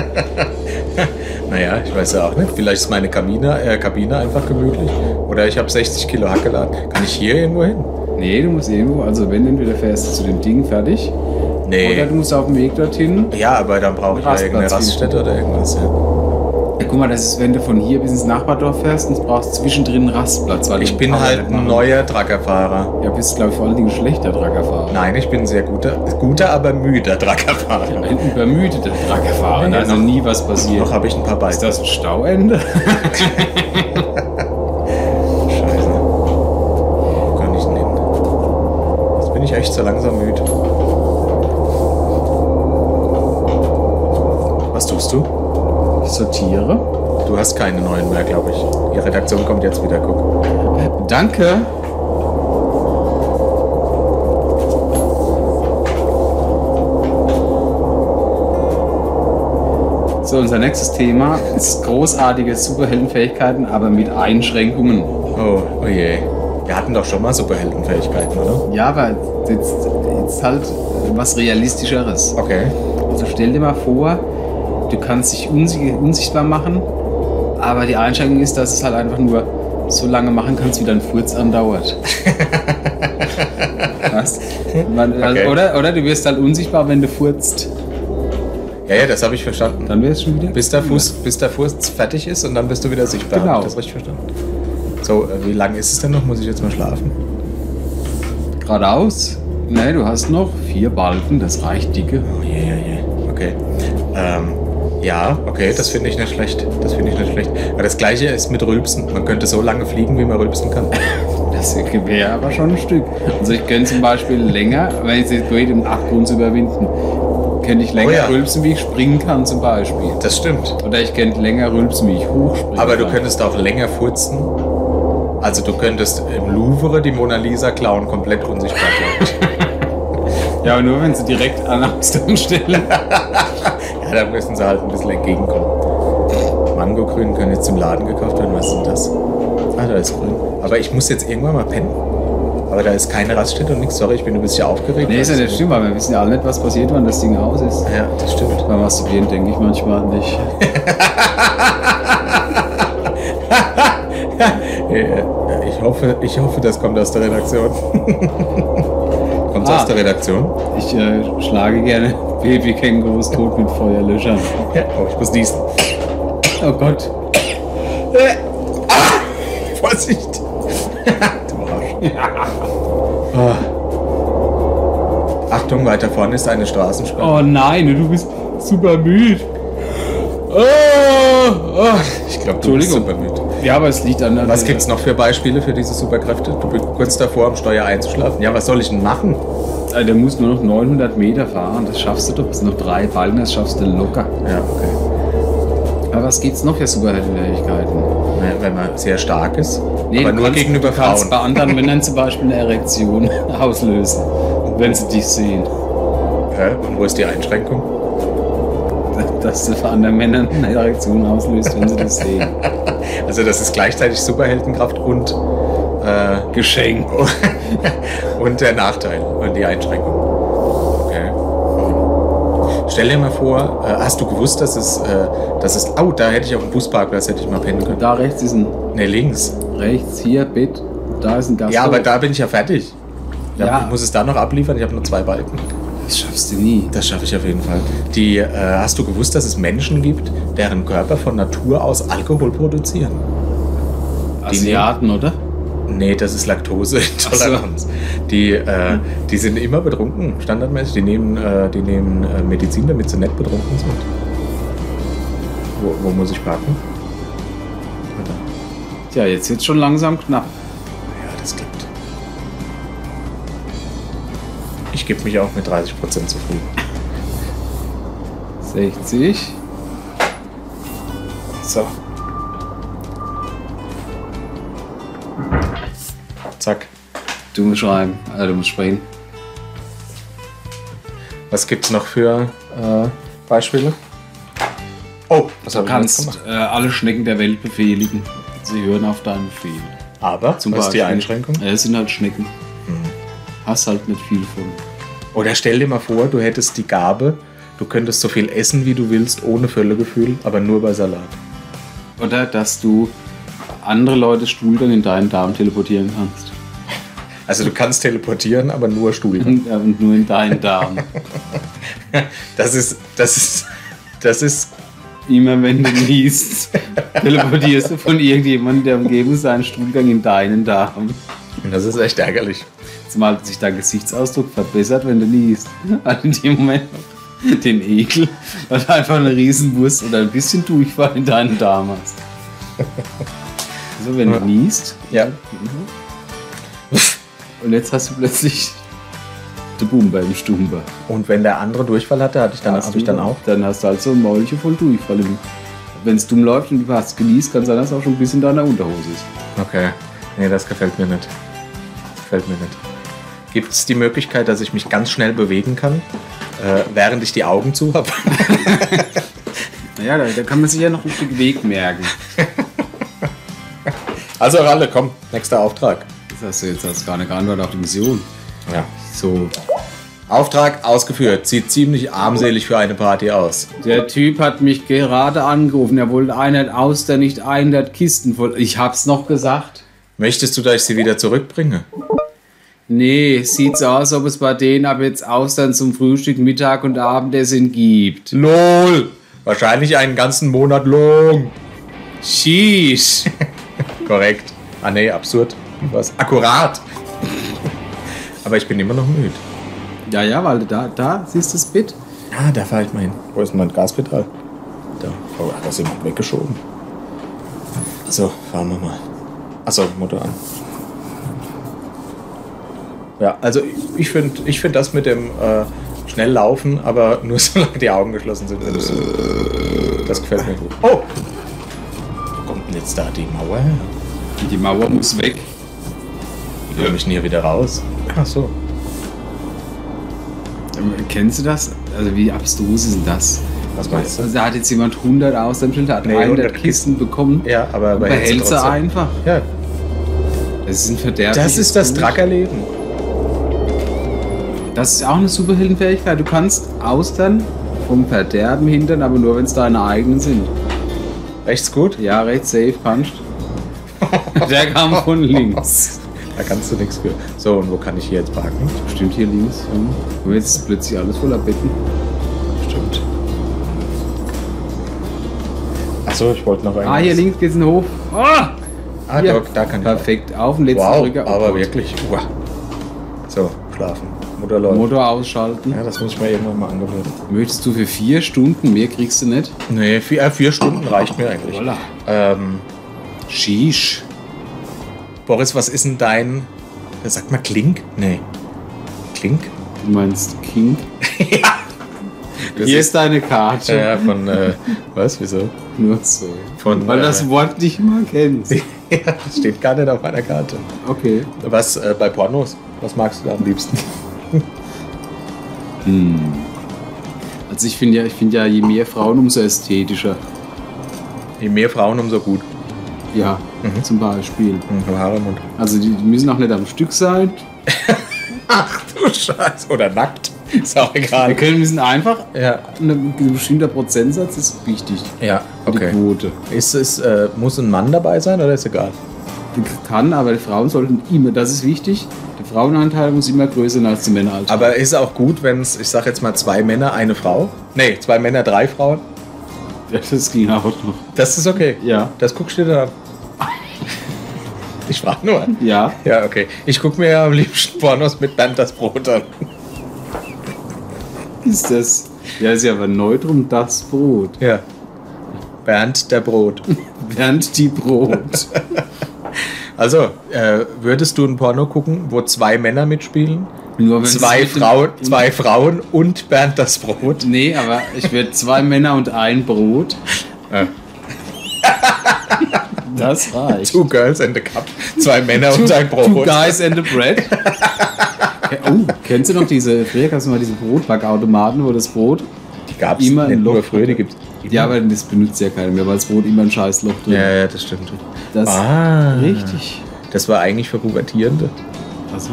Naja, ich weiß ja auch nicht. Vielleicht ist meine Kabine, äh, Kabine einfach gemütlich. Oder ich habe 60 Kilo Hack geladen. Kann ich hier irgendwo hin?
Nee, du musst irgendwo, also wenn entweder fährst du zu dem Ding fertig oder
Nee.
du musst auf dem Weg dorthin.
Ja, aber dann brauche ich ja
Rastplatz
irgendeine
finden.
Raststätte oder irgendwas. Ja.
Ja, guck mal, das ist, wenn du von hier bis ins Nachbardorf fährst und brauchst zwischendrin einen Rastplatz. Weil
Ich
du
bin
Power
halt
nicht
ein
machen
neuer Truckerfahrer.
Ja, bist, glaube ich, vor allen Dingen schlechter Truckerfahrer.
Nein, ich bin ein sehr guter, guter aber müder Truckerfahrer.
Ein übermüdeter Truckerfahrer, da ist noch nie was passiert.
Noch habe ich ein paar
Ist
Beine.
das ein Stauende?
Scheiße. Wo kann ich denn hin? Jetzt bin ich echt so langsam müde. Was tust du?
Ich sortiere.
Du hast keine neuen mehr, glaube ich. Die Redaktion kommt jetzt wieder, guck.
Danke. So, unser nächstes Thema ist großartige Superheldenfähigkeiten, aber mit Einschränkungen.
Oh, oh je. Wir hatten doch schon mal Superheldenfähigkeiten, oder?
Ja, aber jetzt, jetzt halt was Realistischeres.
Okay.
Also stell dir mal vor, du kannst dich unsich- unsichtbar machen, aber die Einschränkung ist, dass es halt einfach nur so lange machen kannst, wie dein Furz andauert. Was? Man, also,
Okay.
oder, oder du wirst halt unsichtbar, wenn du furzt.
Ja, ja, das habe ich verstanden.
Dann wärst du schon wieder.
Bis der, Fuß, bis der Fuß fertig ist und dann bist du wieder sichtbar.
Genau.
Hab ich das richtig verstanden? So, äh, wie lange ist es denn noch? Muss ich jetzt mal schlafen?
Geradeaus? Nee, du hast noch vier Balken, das reicht dicke.
Oh je, je, je. Okay. Ähm, ja, okay, das finde ich nicht schlecht. Das finde ich nicht schlecht. Aber das gleiche ist mit Rülpsen. Man könnte so lange fliegen, wie man rülpsen kann.
Das wäre aber schon ein Stück. Also ich könnte zum Beispiel länger, wenn ich jetzt geht, um Abgrund zu überwinden, könnte ich länger
Oh ja.
rülpsen, wie ich springen kann zum Beispiel.
Das stimmt.
Oder ich könnte länger rülpsen, wie ich hochspringe.
Aber du könntest auch länger furzen. Also du könntest im Louvre die Mona Lisa klauen, komplett unsichtbar. glaub ich.
Ja, aber nur wenn sie direkt an Amsterdam stellen.
da müssen sie halt ein bisschen entgegenkommen. Mangogrün können jetzt im Laden gekauft werden. Was sind das? Ah, da ist grün. Aber ich muss jetzt irgendwann mal pennen. Aber da ist keine Raststätte und nichts. Sorry, ich bin ein bisschen aufgeregt.
Nee, ist ja nicht schlimm, weil wir wissen ja alle nicht, was passiert, wenn das Ding aus ist.
Ja, das stimmt.
Beim Masturbieren denke ich manchmal nicht.
Ja, Äh, Ich hoffe, ich hoffe, das kommt aus der Redaktion. kommt
Ah.
aus der Redaktion?
Ich äh, schlage gerne Babykängurus tot mit Feuerlöschern.
Ja. Oh, ich muss niesen.
Oh Gott.
Vorsicht! du Arsch. Ah. Achtung, weiter vorne ist eine Straßensperre.
Oh nein, du bist super müde. Oh, oh.
Ich glaube, du bist super
Entschuldigung.
müde.
Ja, aber es liegt an der.
Was gibt's noch für Beispiele für diese Superkräfte? Du bist kurz davor, am Steuer einzuschlafen. Ja, was soll ich denn machen?
Alter, du musst Äh, nur noch 900 Meter fahren. Das schaffst du doch. Das sind noch drei Balken, das schaffst du locker.
Ja, okay.
Aber was gibt's noch für Superheldenfähigkeiten?
Na, Wenn man sehr stark ist. aber
du
nur
kannst-
gegenüber
du kannst
Frauen.
bei anderen Männern zum Beispiel eine Erektion auslösen, wenn sie dich sehen.
Hä? Und wo ist die Einschränkung?
Dass du bei anderen Männern eine Erektion auslöst, wenn sie dich sehen.
Also das ist gleichzeitig Superheldenkraft und, äh,
Geschenk.
und der Nachteil und die Einschränkung. Okay. Stell dir mal vor, äh, hast du gewusst, dass es, äh, dass es, oh, da hätte ich auf dem Fußparkplatz hätte ich mal pennen können.
Da rechts ist ein.
Ne, links.
Rechts, hier, Bett. Da ist ein Gast.
Ja, aber da bin ich ja fertig. Da
Ja.
muss es da noch abliefern. Ich habe nur zwei Balken.
Das schaffst du nie.
Das schaffe ich auf jeden Fall. Die, äh, hast du gewusst, dass es Menschen gibt, deren Körper von Natur aus Alkohol produzieren?
Asiaten, oder?
Nee, das ist Laktoseintoleranz. Die, äh, die sind immer betrunken, standardmäßig. Die nehmen, äh, die nehmen äh, Medizin, damit sie nicht betrunken sind. Wo, wo muss ich parken?
Tja, jetzt wird's schon langsam knapp.
Ja, das klappt. Ich gebe mich auch mit 30% zufrieden.
60.
So. Zack.
Du musst schreiben. Also, du musst sprechen.
Was gibt's noch für äh, Beispiele? Oh, das
Du
hab ich jetzt
kannst
gemacht.
äh, alle Schnecken der Welt befehligen. Sie hören auf deinen Befehl.
Aber, zum was ist die
Beispiel.
Einschränkung? Mhm.
Äh, es sind halt Schnecken. Hast halt nicht viel von.
Oder stell dir mal vor, du hättest die Gabe, du könntest so viel essen, wie du willst, ohne Völlegefühl, aber nur bei Salat.
Oder dass du andere Leute Stuhl dann in deinen Darm teleportieren kannst.
Also du kannst teleportieren, aber nur Stuhl.
Und, äh, und nur in deinen Darm.
Das ist, das ist, das ist,
Immer wenn du liest, teleportierst du von irgendjemandem, der umgeben ist, seinen Stuhlgang in deinen Darm.
das ist echt ärgerlich.
Zumal sich dein Gesichtsausdruck verbessert, wenn du liest. Weil in dem Moment den Ekel und einfach eine Riesenwurst oder ein bisschen Durchfall in deinen Darm hast. So, wenn du liest.
Ja.
Und jetzt hast du plötzlich de Bumba im Stumba.
Und wenn der andere Durchfall hatte, hatte ich dann,
Hast
habe
du
ich dann auch.
Dann hast du halt so ein Mäulchen voll Durchfall. Wenn es dumm läuft und du hast geliest, kann sein, dass auch schon ein bisschen in deiner Unterhose ist.
Okay. Nee, das gefällt mir nicht. Das gefällt mir nicht. Gibt es die Möglichkeit, dass ich mich ganz schnell bewegen kann, äh, während ich die Augen zu habe?
Naja, da, da kann man sich ja noch ein Stück Weg merken.
Also Ralle, komm, nächster Auftrag.
Das hast du jetzt hast gar nicht geantwortet auf die Mission.
Ja.
So,
Auftrag ausgeführt. Sieht ziemlich armselig für eine Party aus.
Der Typ hat mich gerade angerufen. Er wollte 100 Austern, nicht 100 Kisten voll. Ich hab's noch gesagt.
Möchtest du, dass ich sie wieder zurückbringe?
Nee, sieht so aus, ob es bei denen ab jetzt Austern zum Frühstück, Mittag und Abendessen gibt.
LOL! Wahrscheinlich einen ganzen Monat lang.
Sheesh.
Korrekt. Ah nee, absurd. Was? Akkurat. Aber ich bin immer noch müde.
Ja, ja, weil da, da, siehst du das Bit?
Ah, da fahr ich mal hin. Wo ist denn mein Gaspedal? Da. Oh, hat das jemand weggeschoben? So, fahren wir mal. Achso, Motor an. Ja, also ich finde ich find das mit dem äh, schnell laufen, aber nur solange die Augen geschlossen sind. Das, das gefällt mir gut. Oh! Wo kommt denn jetzt da die Mauer her?
Die Mauer muss weg.
Wie komme ich denn hier wieder raus? Ach so.
Ähm, Kennst du das? Also wie abstrus ist denn das?
Was meinst du?
Also da hat jetzt jemand 100 aus dem Schild, hat
Nee,
100
100
Kisten bekommen.
Ja, aber
und behält sie
trotzdem.
einfach.
Ja,
Das ist ein verderbliches
das ist das
Buch.
Drackerleben.
Das ist auch eine Superheldenfähigkeit. Du kannst Austern vom Verderben hindern, aber nur wenn es deine eigenen sind.
Rechts gut?
Ja, rechts safe puncht. Der kam von links.
Da kannst du nichts für. So, und wo kann ich hier jetzt parken?
Stimmt hier links. Ja. Und jetzt ist plötzlich alles voller Betten.
Stimmt. Achso, ich wollte noch einen.
Ah, hier links geht's in den Hof. Ah!
Ah,
Hier.
Doc, da kann ich.
Perfekt. Auf den letzten
Wow,
Drücker. Oh
aber
Gott.
wirklich. Wow. So, schlafen. Mutter läuft.
Motor ausschalten.
Ja, das muss ich mir irgendwann mal angewöhnen.
Möchtest du für vier Stunden mehr kriegst du nicht?
Nee, vier, äh, vier Stunden reicht mir eigentlich.
Voila.
Ähm,
Sheesh.
Boris, was ist denn dein. äh, Sag mal Klink? Nee. Klink?
Du meinst King?
Das
Hier ist deine Karte.
Ja, von. Äh, was? Wieso?
Nur so.
Von,
Weil
äh,
das Wort nicht mal kennst.
ja, das steht gar nicht auf meiner Karte.
Okay.
Was äh, bei Pornos? Was magst du da am liebsten?
Also ich finde ja, ich finde ja, je mehr Frauen, umso ästhetischer.
Je mehr Frauen, umso gut.
Ja,
Mhm.
zum Beispiel.
Hm, nur Haare im Mund.
Also die müssen auch nicht am Stück sein.
Ach du Oh, Scheiße. Oder nackt. Ist auch
Wir
egal.
können müssen einfach.
Ja.
Ein bestimmter Prozentsatz ist wichtig.
Ja,
für Die
okay.
Quote.
Ist es, äh, muss ein Mann dabei sein oder ist egal?
Die kann, aber die Frauen sollten immer, das ist wichtig, der Frauenanteil muss immer größer sein als der Männeranteil.
Aber ist auch gut, wenn es, ich sag jetzt mal, zwei Männer, eine Frau? Nee, zwei Männer, drei Frauen.
Ja, das ging auch noch.
Das ist okay.
Ja.
Das guckst du dir dann an. Ich frage nur.
Ja.
Ja, okay. Ich guck mir ja am liebsten Pornos mit Bernd das Brot an.
Ist das. Ja, ist ja aber Neutrum das Brot.
Ja. Bernd der Brot.
Während die Brot.
Also, äh, würdest du ein Porno gucken, wo zwei Männer mitspielen?
Nur wenn's
Zwei
mit dem-
Frauen, zwei Frauen und Bernd das Brot?
Nee, aber ich werde zwei Männer und ein Brot.
Äh.
Das reicht.
Two Girls and a Cup. Zwei Männer und ein Brot.
Two Guys and a Bread. oh, kennst du noch diese, früher gab es mal diese Brotbackautomaten, wo das Brot
Die gab's
immer
nicht
ein Loch
nur früher, die gibt's.
Ja, aber das benutzt ja keiner mehr, weil das Brot immer ein scheiß Loch drin
ja, ja, das stimmt.
Das
ah,
Richtig.
Das war eigentlich für Pubertierende.
Also.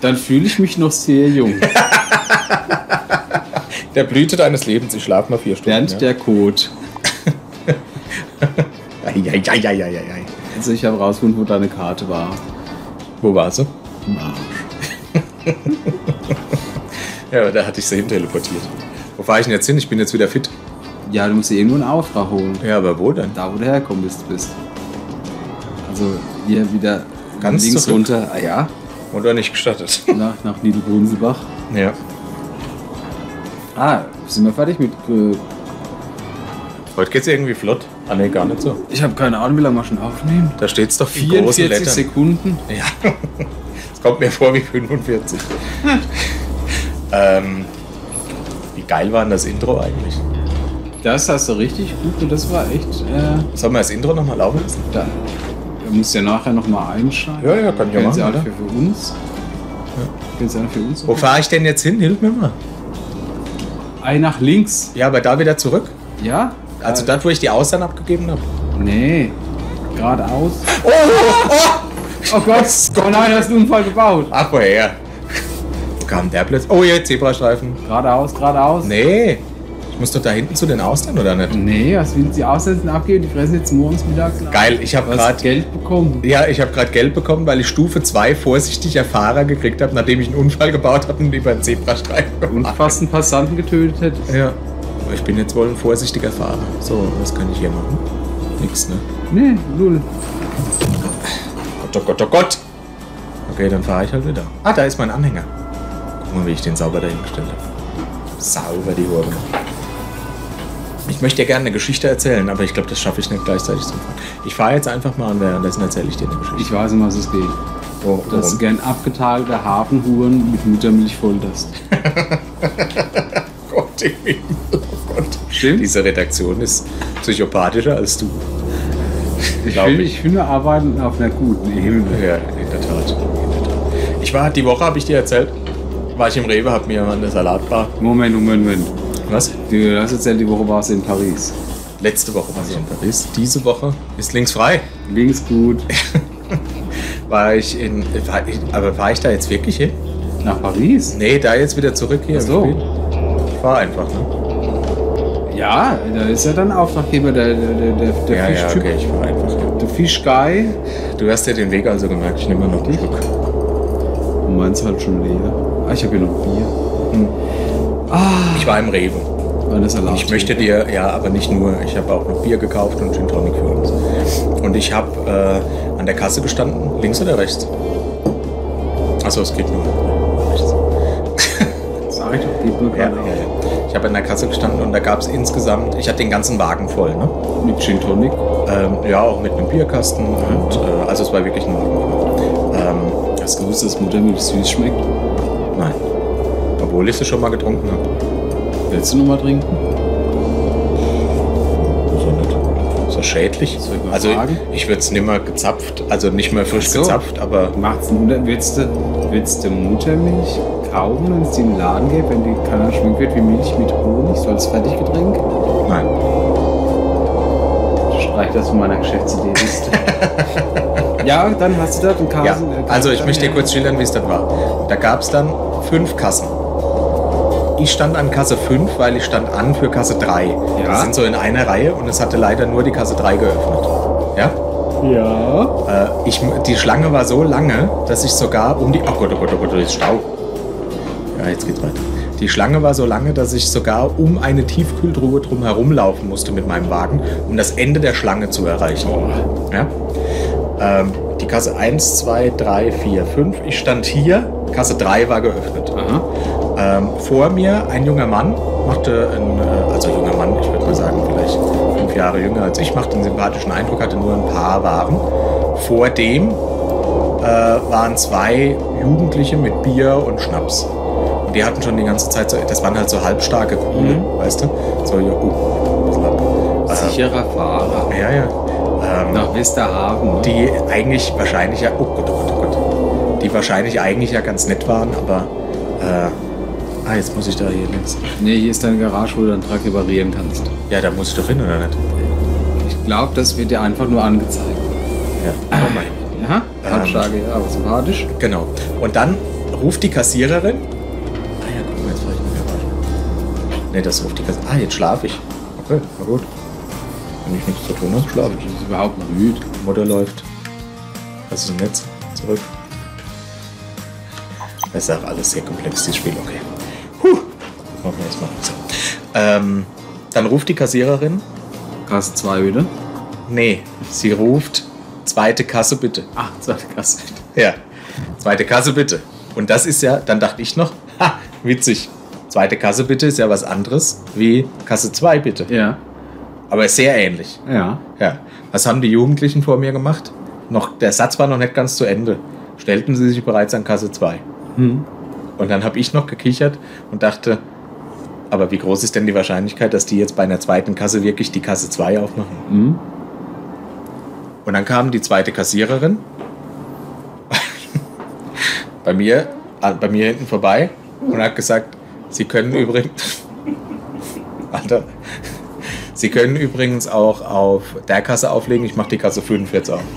Dann fühle ich mich noch sehr jung.
Der Blüte deines Lebens, ich schlaf mal vier Stunden.
Während der Kot.
ja. Ja, ja, ja, ja, ja.
Also ich habe rausgefunden, wo deine Karte war.
Wo war sie?
Im Arsch.
Ja, aber da hatte ich sie hin teleportiert. Wo fahre ich denn jetzt hin? Ich bin jetzt wieder fit.
Ja, du musst dir irgendwo einen Auftrag holen.
Ja, aber wo denn?
Da, wo du herkommst, bist. Also hier wieder
Ganz
links
zurück.
runter. Ah, ja.
Oder nicht gestattet.
Nach, nach Niedel-Brunsebach.
Ja.
Ah, sind wir fertig mit. Äh,
Heute geht's irgendwie flott. Ah, nee, gar nicht so.
ich habe keine Ahnung, wie lange wir schon aufnehmen.
Da steht's doch in großen
44
Lettern.
Sekunden.
Ja, es kommt mir vor wie 45. Hm. ähm, wie geil war denn das Intro eigentlich?
Das hast du richtig gut und das war echt. Äh,
Sollen wir das Intro nochmal laufen lassen?
da. Du musst ja nachher nochmal einschalten.
Ja, ja, kann ich ja
Können Sie
machen, oder?
alle für, für uns? Können Sie alle für uns?
Wo fahre ich denn jetzt hin? Hilf mir mal.
Ei nach links.
Ja, aber da wieder zurück.
Ja?
Also dort, wo ich die Austern abgegeben habe.
Nee. Geradeaus. Oh, oh Gott. Oh nein, hast du einen Unfall gebaut.
Ach, woher? Wo kam der plötzlich? Oh, hier, Zebrastreifen.
Geradeaus, geradeaus.
Nee, ich muss doch da hinten zu den Austern, oder nicht?
Nee, was will sie aussetzen abgeben? Die fressen jetzt morgens mittags nach.
Geil, ich habe
Was
gerade...
Geld bekommen.
Ja, ich habe gerade Geld bekommen, weil ich Stufe 2 vorsichtiger Fahrer gekriegt habe, nachdem ich einen Unfall gebaut habe und über einen Zebrastreifen
Und
gefahren
fast einen Passanten getötet hätte.
Ja. Aber ich bin jetzt wohl ein vorsichtiger Fahrer. So, was kann ich hier machen? Nix, ne?
Nee, null.
Gott, oh Gott, oh Gott! Okay, dann fahre ich halt wieder. Ah, da ist mein Anhänger. Guck mal, wie ich den sauber dahingestellt habe. Sauber die Hure. Ich möchte dir gerne eine Geschichte erzählen, aber ich glaube, das schaffe ich nicht gleichzeitig zu fahren. Ich fahre jetzt einfach mal und währenddessen erzähle ich dir eine Geschichte.
Ich weiß nicht, was es geht.
Oh,
Dass du
warum?
gern abgetagelte Hafenhuren mit Muttermilch folterst.
Gott, im Himmel, oh Gott.
Stimmt.
Diese Redaktion ist psychopathischer als du.
Ich
Glaub
finde,
ich.
ich. finde, wir arbeiten auf einer guten Ebene.
Ja, in der Tat. In der Tat. Ich war die Woche, habe ich dir erzählt, war ich im Rewe, habe mir eine Salatbar
Moment, Moment, Moment.
Was?
Du hast erzählt, die Woche warst du in Paris.
Letzte Woche war ich in Paris. Diese Woche ist links frei.
Ging's gut.
War ich in. War ich, aber war ich da jetzt wirklich hin?
Nach Paris?
Nee, da jetzt wieder zurück hier.
Ach so.
im Spiel. Ich war einfach, ne?
Ja, da ist ja dein Auftraggeber, der, der, der, der, der
ja, ja,
Fischtyp.
okay, ich war einfach. Ja.
Der Fischguy.
Du hast ja den Weg also gemerkt. Ich nehme mal noch einen Schluck.
Und meins halt schon leer. Ah, ich habe hier noch Bier.
Ich war im Rewe.
Wann ist erlaubt?
Ich möchte dir, ja, aber nicht nur. Ich habe auch noch Bier gekauft und Gin Tonic für uns. Und ich habe äh, an der Kasse gestanden, links oder rechts? Achso, es geht nur rechts.
Sag ich doch, geht nur
Ja,
gerade
ja, ja. Ich habe an der Kasse gestanden und da gab es insgesamt, ich hatte den ganzen Wagen voll, ne?
auf. Mit Gin Tonic.
Ähm, ja, auch mit einem Bierkasten und
Mhm.
äh, also es war wirklich ein Wagen. Ähm,
Hast du gewusst, dass Muttermilch süß schmeckt?
nein. Obwohl ich sie schon mal getrunken habe.
Willst du noch mal trinken?
So nicht. Ist das schädlich?
So übertragen?
Also ich würde es nimmer gezapft, also nicht mehr frisch
Ach so.
gezapft, aber
Macht's Mutter, willst du, willst du Muttermilch kaufen, wenn es die im Laden gibt, wenn die keiner schmeckt wird wie Milch mit Honig, so als Fertiggetränk?
nein.
Streich das von meiner Geschäftsidee Liste. ja, dann hast du da den
Ja,
Kasen. äh, Kasen-
also ich möchte dir kurz schildern, wie es dann war. Da gab es dann fünf Kassen. Ich stand an Kasse 5, weil ich stand an für Kasse 3.
Ja.
Die sind so in einer Reihe und es hatte leider nur die Kasse 3 geöffnet. Ja?
Ja.
Äh, ich, die Schlange war so lange, dass ich sogar um die. Oh Gott, oh Gott, oh Gott, da ist Stau. Ja, jetzt geht's weiter. Die Schlange war so lange, dass ich sogar um eine Tiefkühltruhe drum herumlaufen musste mit meinem Wagen, um das Ende der Schlange zu erreichen. Ja? Ähm, die Kasse 1, 2, 3, 4, 5. Ich stand hier, Kasse 3 war geöffnet.
Aha.
Ähm, vor mir ein junger Mann machte ein, äh, also junger Mann, ich würde mal sagen, vielleicht fünf Jahre jünger als ich, machte einen sympathischen Eindruck, hatte nur ein paar Waren. Vor dem äh, waren zwei Jugendliche mit Bier und Schnaps. Und die hatten schon die ganze Zeit so, das waren halt so halbstarke Kuhle,
Mhm.
weißt du? So, ja, oh, ein bisschen ab.
Sicherer Fahrer.
Äh, ja, ja. Ähm,
Nach Westerhaven. ne?
die eigentlich wahrscheinlich ja, oh Gott, oh Gott, oh Gott, die wahrscheinlich eigentlich ja ganz nett waren, aber äh, ah, jetzt muss ich da hier links.
Nee, hier ist deine Garage, wo du deinen Truck reparieren kannst.
Ja, da muss ich doch hin, oder nicht?
Ich glaube, das wird dir einfach nur angezeigt.
Ja, komm mal hin.
Aha.
Ähm.
Handschlage, ja, aber sympathisch.
Genau. Und dann ruft die Kassiererin. Ah ja, guck mal, jetzt fahr ich mal wieder weiter. Nee, das ruft die Kassiererin. Ah, jetzt schlafe ich. Okay, na gut. Wenn ich nichts zu tun habe, schlafe ich.
Ich bin überhaupt noch müde.
Mutter läuft. Was ist denn jetzt? Zurück. Das ist auch alles sehr komplex, dieses Spiel. Okay. Huh. Machen wir erstmal langsam. Ähm, dann ruft die Kassiererin.
Kasse 2 wieder.
Nee, sie ruft zweite Kasse bitte.
Ach, zweite Kasse.
Ja, zweite Kasse bitte. Und das ist ja, dann dachte ich noch, ha, witzig. Zweite Kasse bitte ist ja was anderes wie Kasse 2 bitte.
Ja.
Aber sehr ähnlich.
Ja.
Ja. Was haben die Jugendlichen vor mir gemacht? Noch, der Satz war noch nicht ganz zu Ende. Stellten sie sich bereits an Kasse 2.
Hm.
Und dann habe ich noch gekichert und dachte, aber wie groß ist denn die Wahrscheinlichkeit, dass die jetzt bei einer zweiten Kasse wirklich die Kasse 2 aufmachen?
Hm.
Und dann kam die zweite Kassiererin bei mir, äh, bei mir hinten vorbei und hat gesagt, Sie können übrigens, Alter, Sie können übrigens auch auf der Kasse auflegen. Ich mache die Kasse 5 jetzt auf.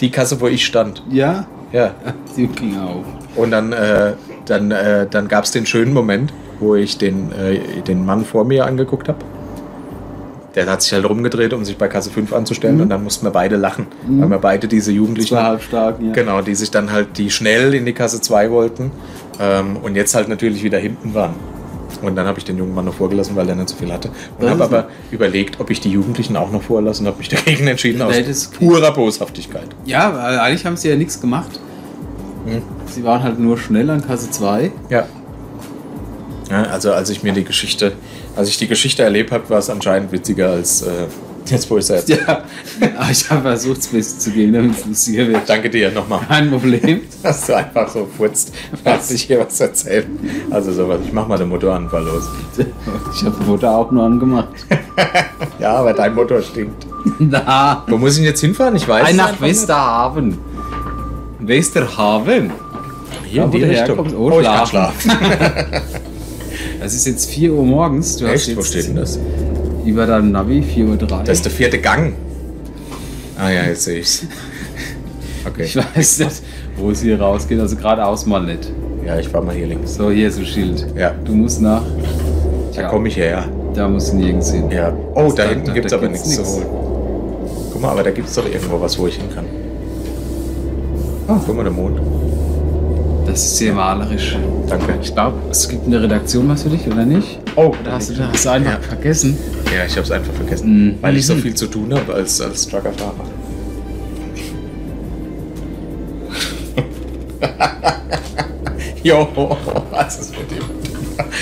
die Kasse, wo ich stand.
Ja.
Ja.
Sie ging auf.
Und dann, äh, dann, äh, dann gab es den schönen Moment, wo ich den, äh, den Mann vor mir angeguckt habe. Der hat sich halt rumgedreht, um sich bei Kasse 5 anzustellen. Und dann mussten wir beide lachen, weil wir beide diese Jugendlichen,
Mhm. Zwei halbstarken, ja.
genau, die sich dann halt, die schnell in die Kasse 2 wollten ähm, und jetzt halt natürlich wieder hinten waren. Und dann habe ich den jungen Mann noch vorgelassen, weil der nicht so viel hatte. Und
Das
habe
ist
aber überlegt, ob ich die Jugendlichen auch noch vorlasse und habe mich dagegen entschieden, aus
Nee, das-
purer Boshaftigkeit.
Ja, weil eigentlich haben sie ja nichts gemacht. Sie waren halt nur schnell an Kasse 2.
Ja. ja. Also als ich mir die Geschichte, als ich die Geschichte erlebt habe, war es anscheinend witziger als äh, jetzt, wo ich es erzähle.
Ja, aber ich habe versucht, es besser zu geben, damit es lustiger wird.
Danke dir nochmal,
Kein Problem.
dass du einfach so furzt, dass ich hier was erzähle. Also sowas, ich mach mal den Motoranfall los.
Ich habe Mutter auch nur angemacht.
Ja, aber dein Motor stinkt.
Na,
Wo muss ich denn jetzt hinfahren? Ich weiß
ein
es
nach
einfach nicht.
Westerhaven. Westerhaven?
hier
Da,
in
wo
die
du
Richtung.
herkommst. Oh,
ich kann
schlafen.
schlafen.
Es ist jetzt 4 Uhr morgens. Du hast
Echt? Wo
jetzt
steht denn das?
Über deinem Navi 4.03 Uhr.
Das ist der vierte Gang. Ah ja, jetzt sehe ich's. Okay.
ich weiß nicht, wo es hier rausgeht. Also geradeaus mal nicht.
ja, ich war mal hier links.
So, hier ist ein Schild.
Ja.
Du musst nach.
Da komme ich her.
Da musst du nirgends hin.
Ja. Oh, da,
Da-
hinten
da-
gibt's
da
aber
gibt's
nichts zu holen.
nix.
Guck mal, aber da gibt's doch irgendwo was, wo ich hin kann. Ah, guck mal, der Mond.
Das ist sehr malerisch.
Danke.
Ich glaube, es gibt eine Redaktion was für dich, oder nicht?
Oh,
Oder hast du das einfach
Ja.
vergessen?
Ja, ich hab's einfach vergessen.
Mhm.
Weil ich so viel zu tun habe als, als Truckerfahrer. jo, was ist mit dem?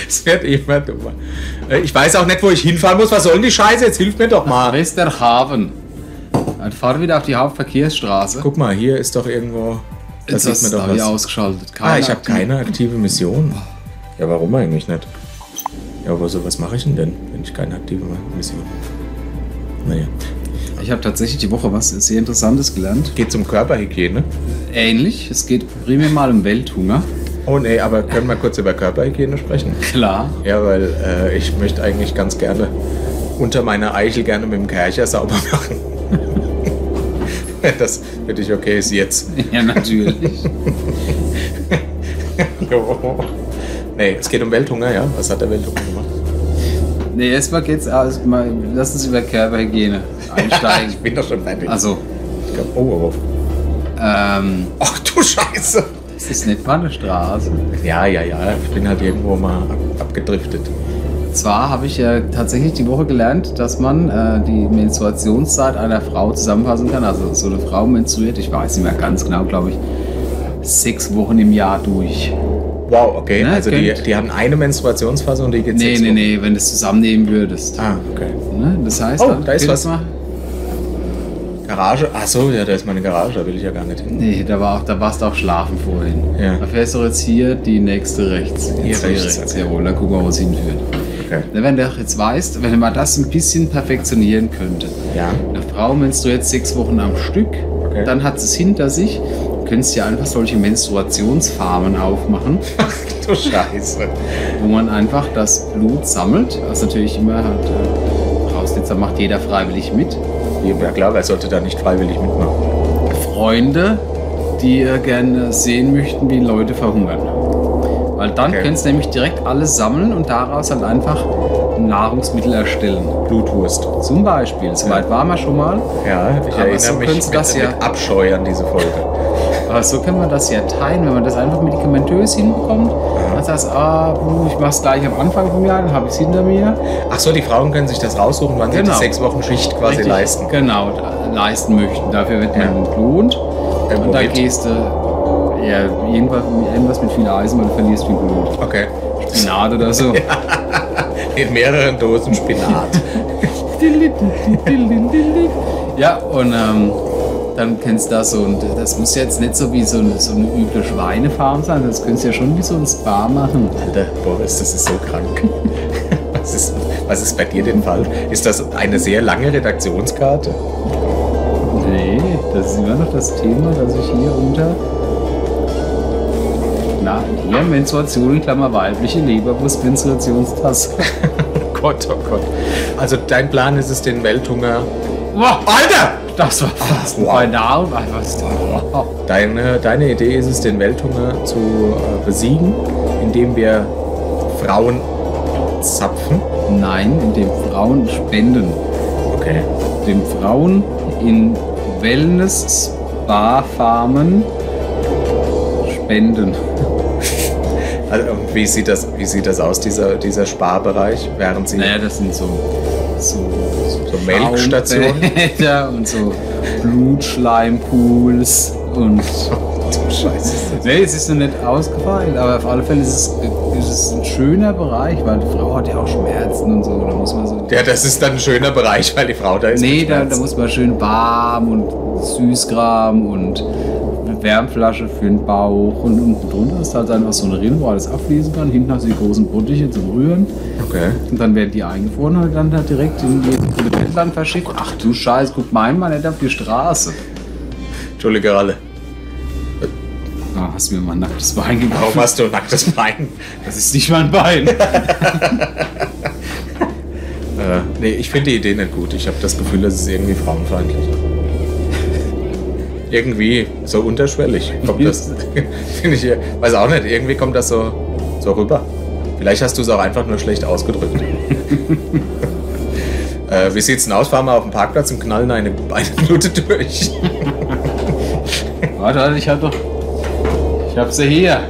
Es wird immer dummer. Äh, Ich weiß auch nicht, wo ich hinfahren muss. Was soll denn die Scheiße? Jetzt hilf mir doch mal.
Westerhaven. Dann fahr wieder auf die Hauptverkehrsstraße.
Guck mal, hier ist doch irgendwo. Da
Jetzt
sieht
hast
man
du
doch
da wieder
was.
ausgeschaltet. Keine
Ah, ich habe
Aktiv-
keine aktive Mission. Ja, warum eigentlich nicht? Ja, aber so, was mache ich denn denn, wenn ich keine aktive Mission Naja.
Ich habe tatsächlich die Woche was sehr Interessantes gelernt.
Geht zum Körperhygiene.
Ähnlich. Es geht primär mal um Welthunger.
Oh nee, aber können wir kurz über Körperhygiene sprechen?
Klar.
Ja, weil äh, ich möchte eigentlich ganz gerne unter meiner Eichel gerne mit dem Kercher sauber machen. Wenn das für dich okay ist jetzt.
Ja, natürlich.
Jo. nee, es geht um Welthunger, ja. Was hat der Welthunger gemacht?
nee, erstmal geht's aus. Mal, lass uns über Körperhygiene
Ich
einsteigen.
bin doch schon fertig.
also,
Ich glaub, oh, oh, oh.
ähm,
Ach du Scheiße!
es ist nicht mal eine Straße.
Ja, ja, ja. Ich bin halt irgendwo mal ab abgedriftet.
Zwar habe ich ja tatsächlich die Woche gelernt, dass man äh, die Menstruationszeit einer Frau zusammenfassen kann. Also so eine Frau menstruiert, ich weiß nicht mehr ganz genau, glaube ich, sechs Wochen im Jahr durch.
Wow, okay.
Na,
also die,
könnt-
die haben eine Menstruationsphase und die geht
Nee,
sechs
nee,
Wochen.
nee, wenn du es zusammennehmen würdest.
Ah, okay.
Ne? Das heißt,
Oh,
dann
da ist
geht
was.
das Mal.
Garage? Ach so, ja, da ist meine Garage. Da will ich ja gar nicht hin.
Nee, da, war auch, da warst du auch schlafen vorhin.
Ja.
Da fährst du jetzt hier, die nächste rechts. Jetzt
rechts, okay.
Jawohl, dann gucken wir, wo es hinführt.
Okay.
Na, Wenn du doch jetzt weißt, wenn man das ein bisschen perfektionieren könnte.
Ja.
Eine Frau menstruiert sechs Wochen am Stück,
Okay.
dann hat sie es hinter sich. Du könntest ja einfach solche Menstruationsfarmen aufmachen,
Ach du Scheiße.
wo man einfach das Blut sammelt. Was natürlich immer halt äh, Voraussetzer macht jeder freiwillig mit.
Ja klar, wer sollte da nicht freiwillig mitmachen?
Freunde, die äh, gerne sehen möchten, wie Leute verhungern. Weil dann
Okay.
könntest du nämlich direkt alles sammeln und daraus halt einfach Nahrungsmittel erstellen.
Blutwurst.
Zum Beispiel, soweit waren wir schon mal.
Ja, ich
Aber
erinnere
so
mich
könntest
mit,
du das ja-
mit Abscheu an diese Folge.
Aber so kann man das ja teilen, wenn man das einfach medikamentös hinbekommt. Dann sagst du, ah, puh, ich mach's gleich am Anfang vom Jahr, dann habe ich es hinter mir.
Ach so, die Frauen können sich das raussuchen, wann sie
Genau.
die sechs Wochen Schicht quasi
Richtig,
leisten.
Genau, da- leisten möchten. Dafür wird
Ja. Äh,
man entlohnt. Und da
womit?
gehst du ja, irgendwas, irgendwas mit viel Eisen, weil du verlierst viel Blut.
Okay.
Spinat oder so.
In mehreren Dosen Spinat.
ja, und ähm, dann kennst du das so. Und das muss jetzt nicht so wie so eine, so eine üble Schweinefarm sein, das könntest du ja schon wie so ein Spa machen.
Alter, Boris, das ist so krank. Was ist, was ist bei dir denn falsch? Ist das eine sehr lange Redaktionskarte?
Nee, das ist immer noch das Thema, dass ich hier unter. Na, hier Menstruation in Klammer weibliche Leberwurst Menstruationstasse.
Gott, oh Gott. Also dein Plan ist es, den Welthunger...
Wow,
Alter!
das war fast
Wow.
wow. ein Arm. Einfach so, wow.
Deine, deine Idee ist es, den Welthunger zu äh, besiegen, indem wir Frauen zapfen.
Nein, in dem Frauen spenden.
Okay.
Den Frauen in Wellness-Spa-Farmen spenden.
Also, und wie, sieht das, wie sieht das aus, dieser, dieser Sparbereich? Während sie.
Naja, das sind so, so,
So Melkstationen?
äh, Frauenbäder und so Blutschleimpools und.
Du Scheiße.
Nee, es ist noch nicht ausgefeilt, aber auf alle Fälle ist es, ist es ein schöner Bereich, weil die Frau hat ja auch Schmerzen und so. Da muss man so.
Ja, das ist dann ein schöner Bereich, weil die Frau da ist.
nee,
mit
da,
Schmerzen.
da muss man schön warm und Süßkram und eine Wärmflasche für den Bauch und unten drunter ist halt einfach so eine Rinne, wo alles abfließen kann. Hinten hast du die großen Buttiche zum Rühren.
Okay.
Und dann werden die eingefroren und dann halt direkt in die Produktland verschickt. Ach du Scheiß, guck mein Mann nicht auf die Straße.
Entschuldige, Ralle.
Aha. Ah, hast du mir mal ein nacktes Bein gebraucht?
Warum hast du nacktes Bein?
Das ist nicht mein Bein.
Äh, nee, ich finde die Idee nicht gut. Ich habe das Gefühl, das ist irgendwie frauenfeindlich. irgendwie so unterschwellig kommt das. Finde ich, weiß auch nicht, irgendwie kommt das so, so rüber. Vielleicht hast du es auch einfach nur schlecht ausgedrückt. äh, wie sieht's denn aus? Fahren wir auf dem Parkplatz und knallen eine, eine Minute durch.
Warte, warte, ich hab doch. Ich hab sie hier.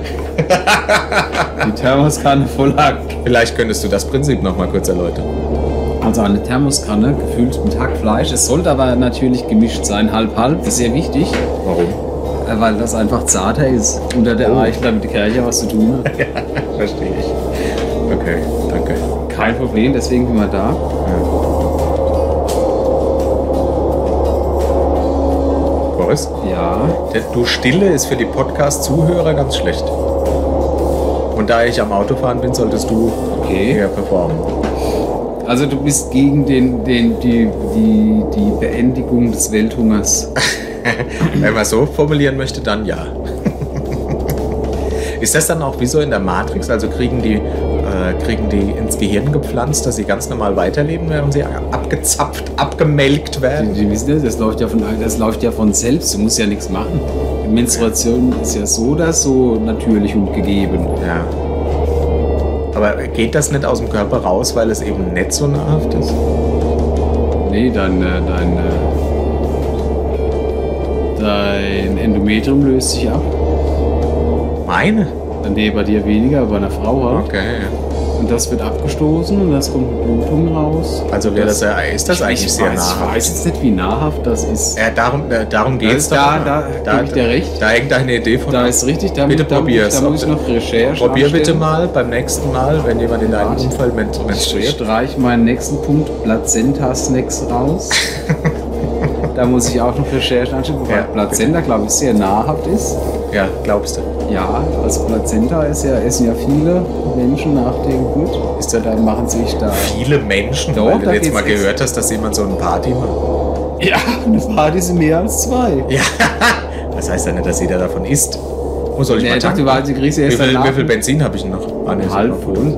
Die Thermoskanne voll Hack.
Vielleicht könntest du das Prinzip nochmal kurz erläutern.
Also eine Thermoskanne, gefüllt mit Hackfleisch. Es sollte aber natürlich gemischt sein, halb-halb. Das ist sehr wichtig,
Warum?
äh, weil das einfach zarter ist. Unter der Eichel mit der Kirche was zu tun hat.
Verstehe ich. Okay, danke.
Kein Problem, deswegen sind wir da.
Boris?
Ja.
Der Du Stille ist für die Podcast-Zuhörer ganz schlecht. Und da ich am Autofahren bin, solltest du
Okay.
eher performen.
Also du bist gegen den, den, die, die, die Beendigung des Welthungers.
Wenn man so formulieren möchte, dann ja. ist das dann auch wie so in der Matrix? Also kriegen die, äh, kriegen die ins Gehirn gepflanzt, dass sie ganz normal weiterleben, während sie abgezapft, abgemelkt
Die,
werden?
die wissen das, das läuft, ja von, das läuft ja von selbst. Du musst ja nichts machen. Die Menstruation ist ja so oder so natürlich und gegeben.
Ja. Aber geht das nicht aus dem Körper raus, weil es eben nicht so nahrhaft ist?
Nee, dein, äh, dein, äh, dein Endometrium löst sich ab.
Meine?
Dann nee, bei dir weniger, bei einer Frau halt.
Okay.
Und das wird abgestoßen und das kommt mit Blutung raus.
Also wäre das, ja, ist das
Ich-
eigentlich
ich
sehr
weiß,
nahrhaft?
Ich weiß jetzt nicht, wie nahrhaft das ist.
Ja, darum, äh, darum geht es
da, da, gebe ich dir recht.
Da hängt deine Idee von
Da
ab.
ist richtig, da,
Bitte
da,
probier's.
da muss ich noch Recherche
Probier bitte
anstellen.
mal beim nächsten Mal, wenn jemand in deinem
Warte.
Umfeld men-
Ich
menstruiert.
streich meinen nächsten Punkt, Plazenta-Snacks raus. da muss ich auch noch Recherchen anstellen, wobei
Ja.
Plazenta, glaube ich, sehr nahrhaft ist.
Ja, glaubst du.
Ja, also Plazenta ist ja, essen ja viele Menschen nach der Geburt. Ist ja, da machen sich da.
Viele Menschen,
Doch,
weil du
da
jetzt
geht's
mal
jetzt.
gehört hast, dass jemand so eine Party macht.
Ja, eine Party sind mehr als zwei.
Ja, das heißt ja nicht, dass jeder davon isst. Wo soll ich
Nee,
mal
ich dachte,
tanken?
weil die Krise
wie,
erst
viel,
danach-
wie viel Benzin habe ich noch? Ah, nee, ist
Halb
noch gut.
voll.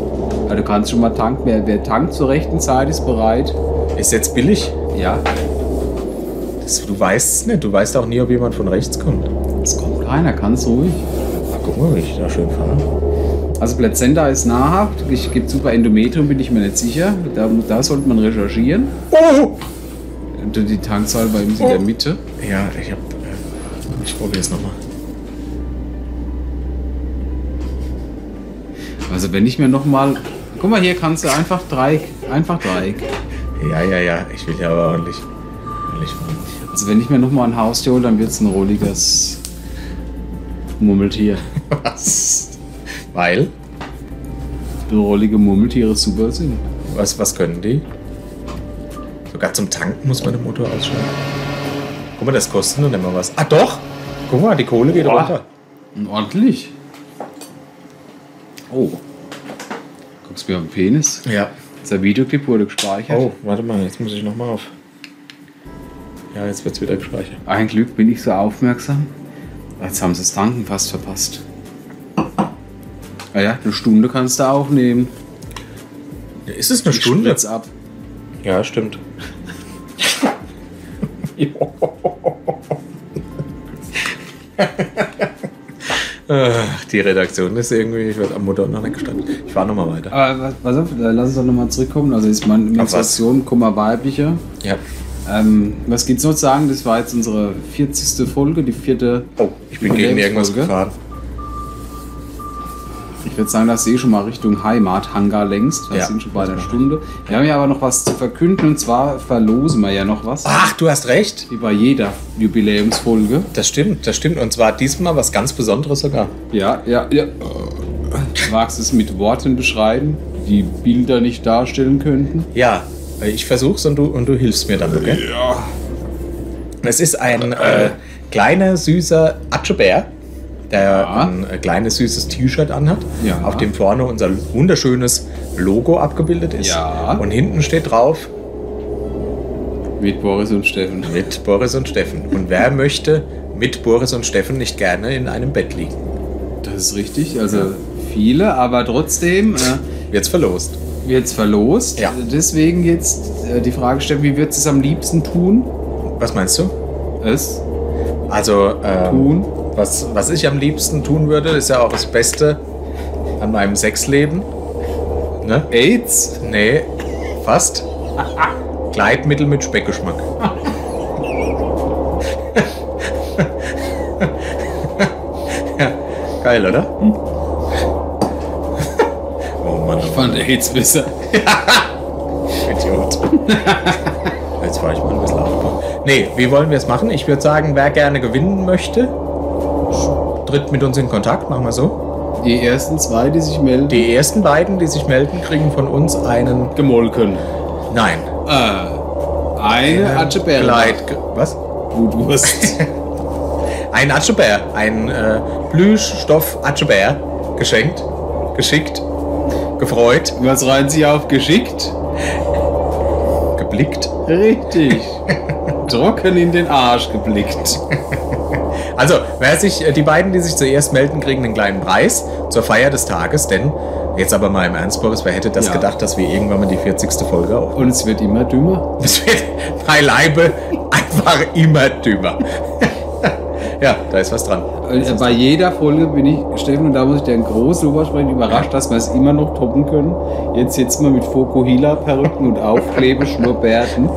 Ja, du kannst schon mal tanken. Wer, wer tankt zur rechten Zeit ist bereit.
Ist jetzt billig?
Ja,
Das, du weißt es nicht. Du weißt auch nie, ob jemand von rechts kommt.
es kommt keiner, kannst ruhig.
Na, guck mal, wie ich da schön fahre.
Also Plazenta ist nahrhaft. Ich gebe super Endometrium, bin ich mir nicht sicher. Da, da sollte man recherchieren.
Oh!
Und Die Tankzahl war eben in der Mitte.
Ja, ich hab. Äh, ich probiere es nochmal.
Also wenn ich mir nochmal... Guck mal, hier kannst du einfach Dreieck, einfach Dreieck.
Ja, ja, ja, ich will ja aber ordentlich. ordentlich machen.
Also wenn ich mir nochmal ein Haustier hole, dann wird es ein rolliges Murmeltier.
Was? Weil?
Rollige Murmeltiere super sind.
Was, was können die? Sogar zum Tanken muss man den Motor ausschalten. Guck mal, das kostet nur nicht mal was. Ah, doch! Guck mal, die Kohle geht
Boah.
runter.
Und ordentlich. Oh. Guckst mir am Penis.
Ja.
Dieser Videoclip wurde gespeichert.
Oh, warte mal, jetzt muss ich nochmal auf. Ja, jetzt wird's wieder gespeichert.
Ein Glück bin ich so aufmerksam. Jetzt haben sie das Tanken fast verpasst. Naja, eine Stunde kannst du auch nehmen.
Ist es eine
Ich
Stunde?
spritz ab.
Ja, stimmt. Ach, die Redaktion ist irgendwie, ich werde am Motor noch nicht gestanden. Ich fahr nochmal weiter.
Aber was, was, lass uns doch nochmal zurückkommen. Also ist meine
was?
Menstruation, Komma weibliche.
Ja.
Ähm, was gibt's noch zu sagen? Das war jetzt unsere 40. Folge, die vierte.
Oh, ich bin gegen irgendwas
Lebensfolge.
gefahren.
Ich würde sagen, das sehe schon mal Richtung Heimat, Hangar längst. Wir
Ja.
sind schon bei einer Stunde. Wir haben ja aber noch was zu verkünden und zwar verlosen wir ja noch was.
Ach, du hast recht.
Wie bei jeder Jubiläumsfolge.
Das stimmt, das stimmt. Und zwar diesmal was ganz Besonderes sogar.
Ja, ja, ja. Du magst es mit Worten beschreiben, die Bilder nicht darstellen könnten.
Ja, äh, ich versuch's und du, und du hilfst mir dann, okay? Ja. Es ist ein äh, kleiner, süßer Atschebär, der
Ja.
ein äh, kleines, süßes T-Shirt anhat,
Ja.
auf dem vorne unser wunderschönes Logo abgebildet ist.
Ja.
Und hinten steht drauf
Mit Boris und Steffen.
mit Boris und Steffen. Und wer möchte mit Boris und Steffen nicht gerne in einem Bett liegen?
das ist richtig. Also viele, aber trotzdem äh,
Jetzt verlost.
wird's verlost.
Ja.
Deswegen jetzt äh, die Frage stellen, wie würdest du es am liebsten tun?
Was meinst du?
Es
Also, ähm,
tun?
was, was ich am liebsten tun würde, ist ja auch das Beste an meinem Sexleben. Ne?
AIDS?
Nee, fast. Gleitmittel mit Speckgeschmack. ja, geil, oder? oh Mann, oh
Hm. Ich fand AIDS besser.
Idiot. Jetzt war ich mal ein bisschen aufgebaut. Nee, wie wollen wir es machen? Ich würde sagen, wer gerne gewinnen möchte, tritt mit uns in Kontakt, machen wir so.
Die ersten zwei, die sich melden,
Die ersten beiden, die sich melden, kriegen von uns einen.
gemolken.
Nein.
Äh, eine Atschebär.
Gleit- Was?
Blutwurst.
Ein Atschebär, ein äh, Plüschstoff-Atschebär geschenkt, geschickt, gefreut,
Was reimt sich auf geschickt?
geblickt.
Richtig. Trocken in den Arsch geblickt.
Also, wer sich, äh, die beiden, die sich zuerst melden, kriegen einen kleinen Preis zur Feier des Tages, denn jetzt aber mal im Ernst, Boris, wer hätte das
Ja.
gedacht, dass wir irgendwann mal die 40. Folge aufnehmen?
Und es wird immer dümmer.
Das wird beileibe einfach immer dümmer. ja, da ist was dran.
Äh, Bei jeder Folge bin ich, Steffen, und da muss ich dir ein großes Lob aussprechen, überrascht, dass wir es immer noch toppen können. Jetzt sitzen wir mit Fokuhila-Perücken und Aufklebeschnurrbärten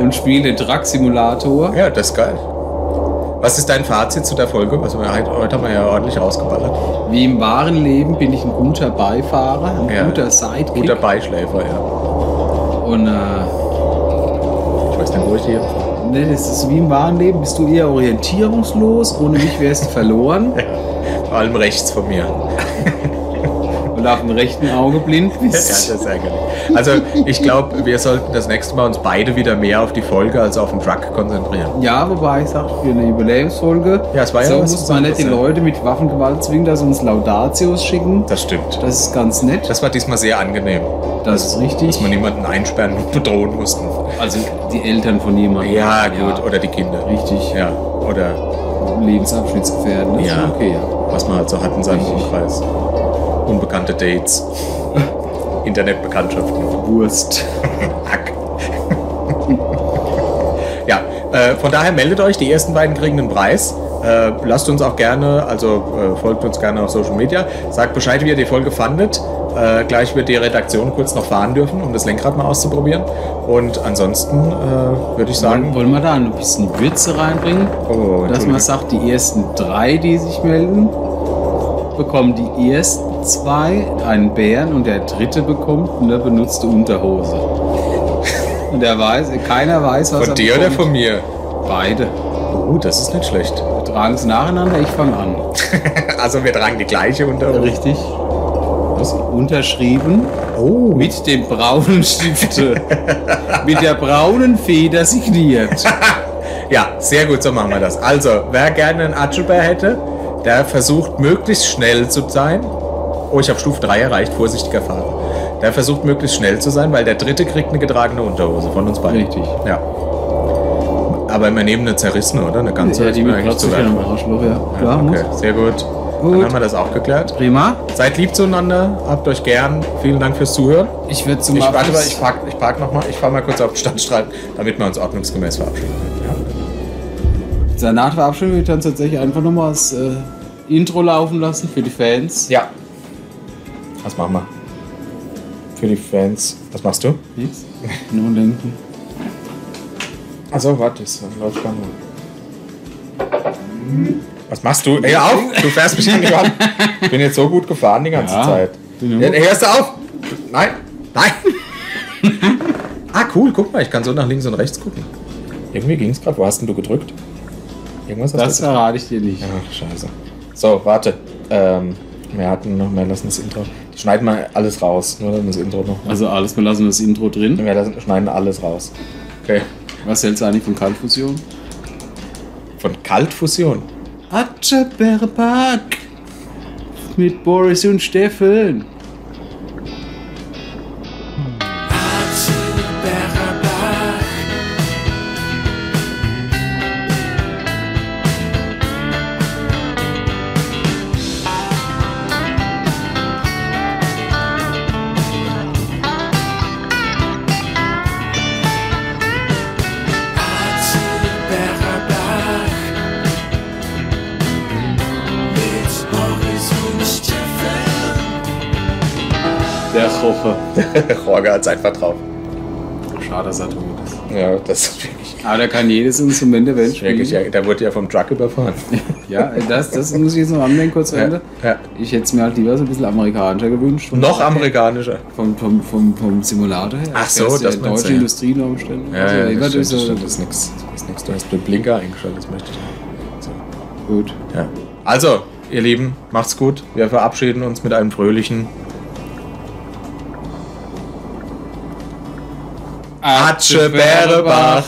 und spielen den Truck-Simulator.
Ja, das ist geil. Was ist dein Fazit zu der Folge? Also, wir- heute haben wir ja ordentlich rausgeballert.
Wie im wahren Leben bin ich ein guter Beifahrer, ein
Ja.
guter Sidekick.
Guter Beischläfer, ja.
und äh,
Ich weiß nicht, wo ich die.
ne, das ist wie im wahren Leben, bist du eher orientierungslos, ohne mich wärst du verloren.
Vor allem rechts von mir.
und auf dem rechten Auge blind
Ja, das
bist.
ist ärgerlich. Also, ich glaube, wir sollten das nächste Mal uns beide wieder mehr auf die Folge als auf den Truck konzentrieren.
Ja, wobei ich sage, für eine Jubiläumsfolge,
Ja, es war ja
so
was
muss man nicht die
Besonderes, ja.
Leute mit Waffengewalt zwingen, dass sie uns Laudatios schicken.
Das stimmt.
Das ist ganz nett.
Das war diesmal sehr angenehm,
Das ist
dass
richtig.
wir niemanden einsperren und bedrohen mussten.
Also die Eltern von jemandem.
Ja, gut. Oder die Kinder.
Richtig.
Ja, oder
Lebensabschnittsgefährden. Das ist
Ja.
Okay, ja.
was man halt so hat in seinem Umkreis. Unbekannte Dates. Internetbekanntschaften.
Wurst.
Hack. ja, äh, von daher meldet euch, die ersten beiden kriegen einen Preis. Äh, lasst uns auch gerne, also äh, folgt uns gerne auf Social Media. Sagt Bescheid, wie ihr die Folge fandet. Äh, gleich wird die Redaktion kurz noch fahren dürfen, um das Lenkrad mal auszuprobieren. Und ansonsten äh, würde ich
Wollen,
sagen,
wollen wir da ein bisschen Würze reinbringen?
oh,
Dass man sagt, die ersten drei, die sich melden, bekommen die ersten zwei einen Bären und der dritte bekommt eine benutzte Unterhose. Und der weiß, keiner weiß, was
von
er
dir oder von
bekommt.
mir?
Beide.
Oh, das ist nicht schlecht.
Wir tragen es nacheinander, ich fange an.
Also wir tragen die gleiche Unterhose.
Richtig. Das ist unterschrieben
Oh,
mit dem braunen Stifte. mit der braunen Feder signiert.
ja, sehr gut, so machen wir das. Also, wer gerne einen Atschelbär hätte, der versucht möglichst schnell zu sein. Oh, ich habe Stufe 3 erreicht, vorsichtiger fahren. Der versucht möglichst schnell zu sein, weil der dritte kriegt eine getragene Unterhose von uns beiden.
Richtig.
Ja. Aber wir nehmen eine zerrissene, oder? Eine ganze
Ja, die
ist mir
mit
eigentlich zu
plötzlich
wertvoll.
einem Arschloch, ja. Klar,
Okay,
muss.
sehr gut. Dann
Gut.
haben wir das auch geklärt.
Prima.
Seid lieb zueinander, habt euch gern. Vielen Dank fürs Zuhören.
Ich würde zum
Ich warte mal,
Abschluss-
ich park, ich park noch mal, ich fahre mal kurz auf den Standstreifen, damit wir uns ordnungsgemäß verabschieden können.
Danach verabschieden wir dann tatsächlich einfach nochmal das äh, Intro laufen lassen für die Fans.
Ja. Was machen wir? Für die Fans. Was machst du?
Nix. Nur denken.
Also warte, es läuft gar nicht. Was machst du? Ey, hör auf! Du fährst mich an die Wand. Ich bin jetzt so gut gefahren die ganze
Ja.
Zeit.
Bin
Ja, hörst du auf! Nein! Nein! ah, cool, guck mal, ich kann so nach links und rechts gucken. Irgendwie ging es gerade. Wo hast denn du gedrückt? Irgendwas hast
Das
du
verrate ich dir nicht.
Ach, scheiße. So, warte. Ähm, wir hatten noch, wir lassen das Intro. Die schneiden mal alles raus. Nur dann das Intro noch.
Also alles, wir lassen das Intro drin.
Wir lassen, schneiden alles raus. Okay.
Was hältst du eigentlich von Kaltfusion?
Von Kaltfusion.
Atscheberpark mit Boris und Steffen. Der Roffe.
Jorge hat einfach drauf.
Schade, dass er tot ist.
Ja, das ist wirklich.
Aber der kann jedes Instrument der
Das
Welt
ist wirklich
spielen.
ja, da wurde ja vom Truck überfahren.
Ja, das, das muss ich jetzt noch anmerken, kurz zu Ende.
Ja.
Ich hätte es mir halt lieber so ein bisschen amerikanischer gewünscht. Und
Noch amerikanischer.
Vom, vom, vom, vom Simulator her.
Ach so,
Fährst du
das
ja
meinst
deutsche
du, ja.
Industrie Also, noch umständen.
das, stimmt, das, stimmt,
so,
das ist nix. Das ist nix. Du hast den Blinker eingeschaltet, das möchte ich nicht. So.
gut.
Ja. Also, ihr Lieben, macht's gut. Wir verabschieden uns mit einem fröhlichen Atscheberebach.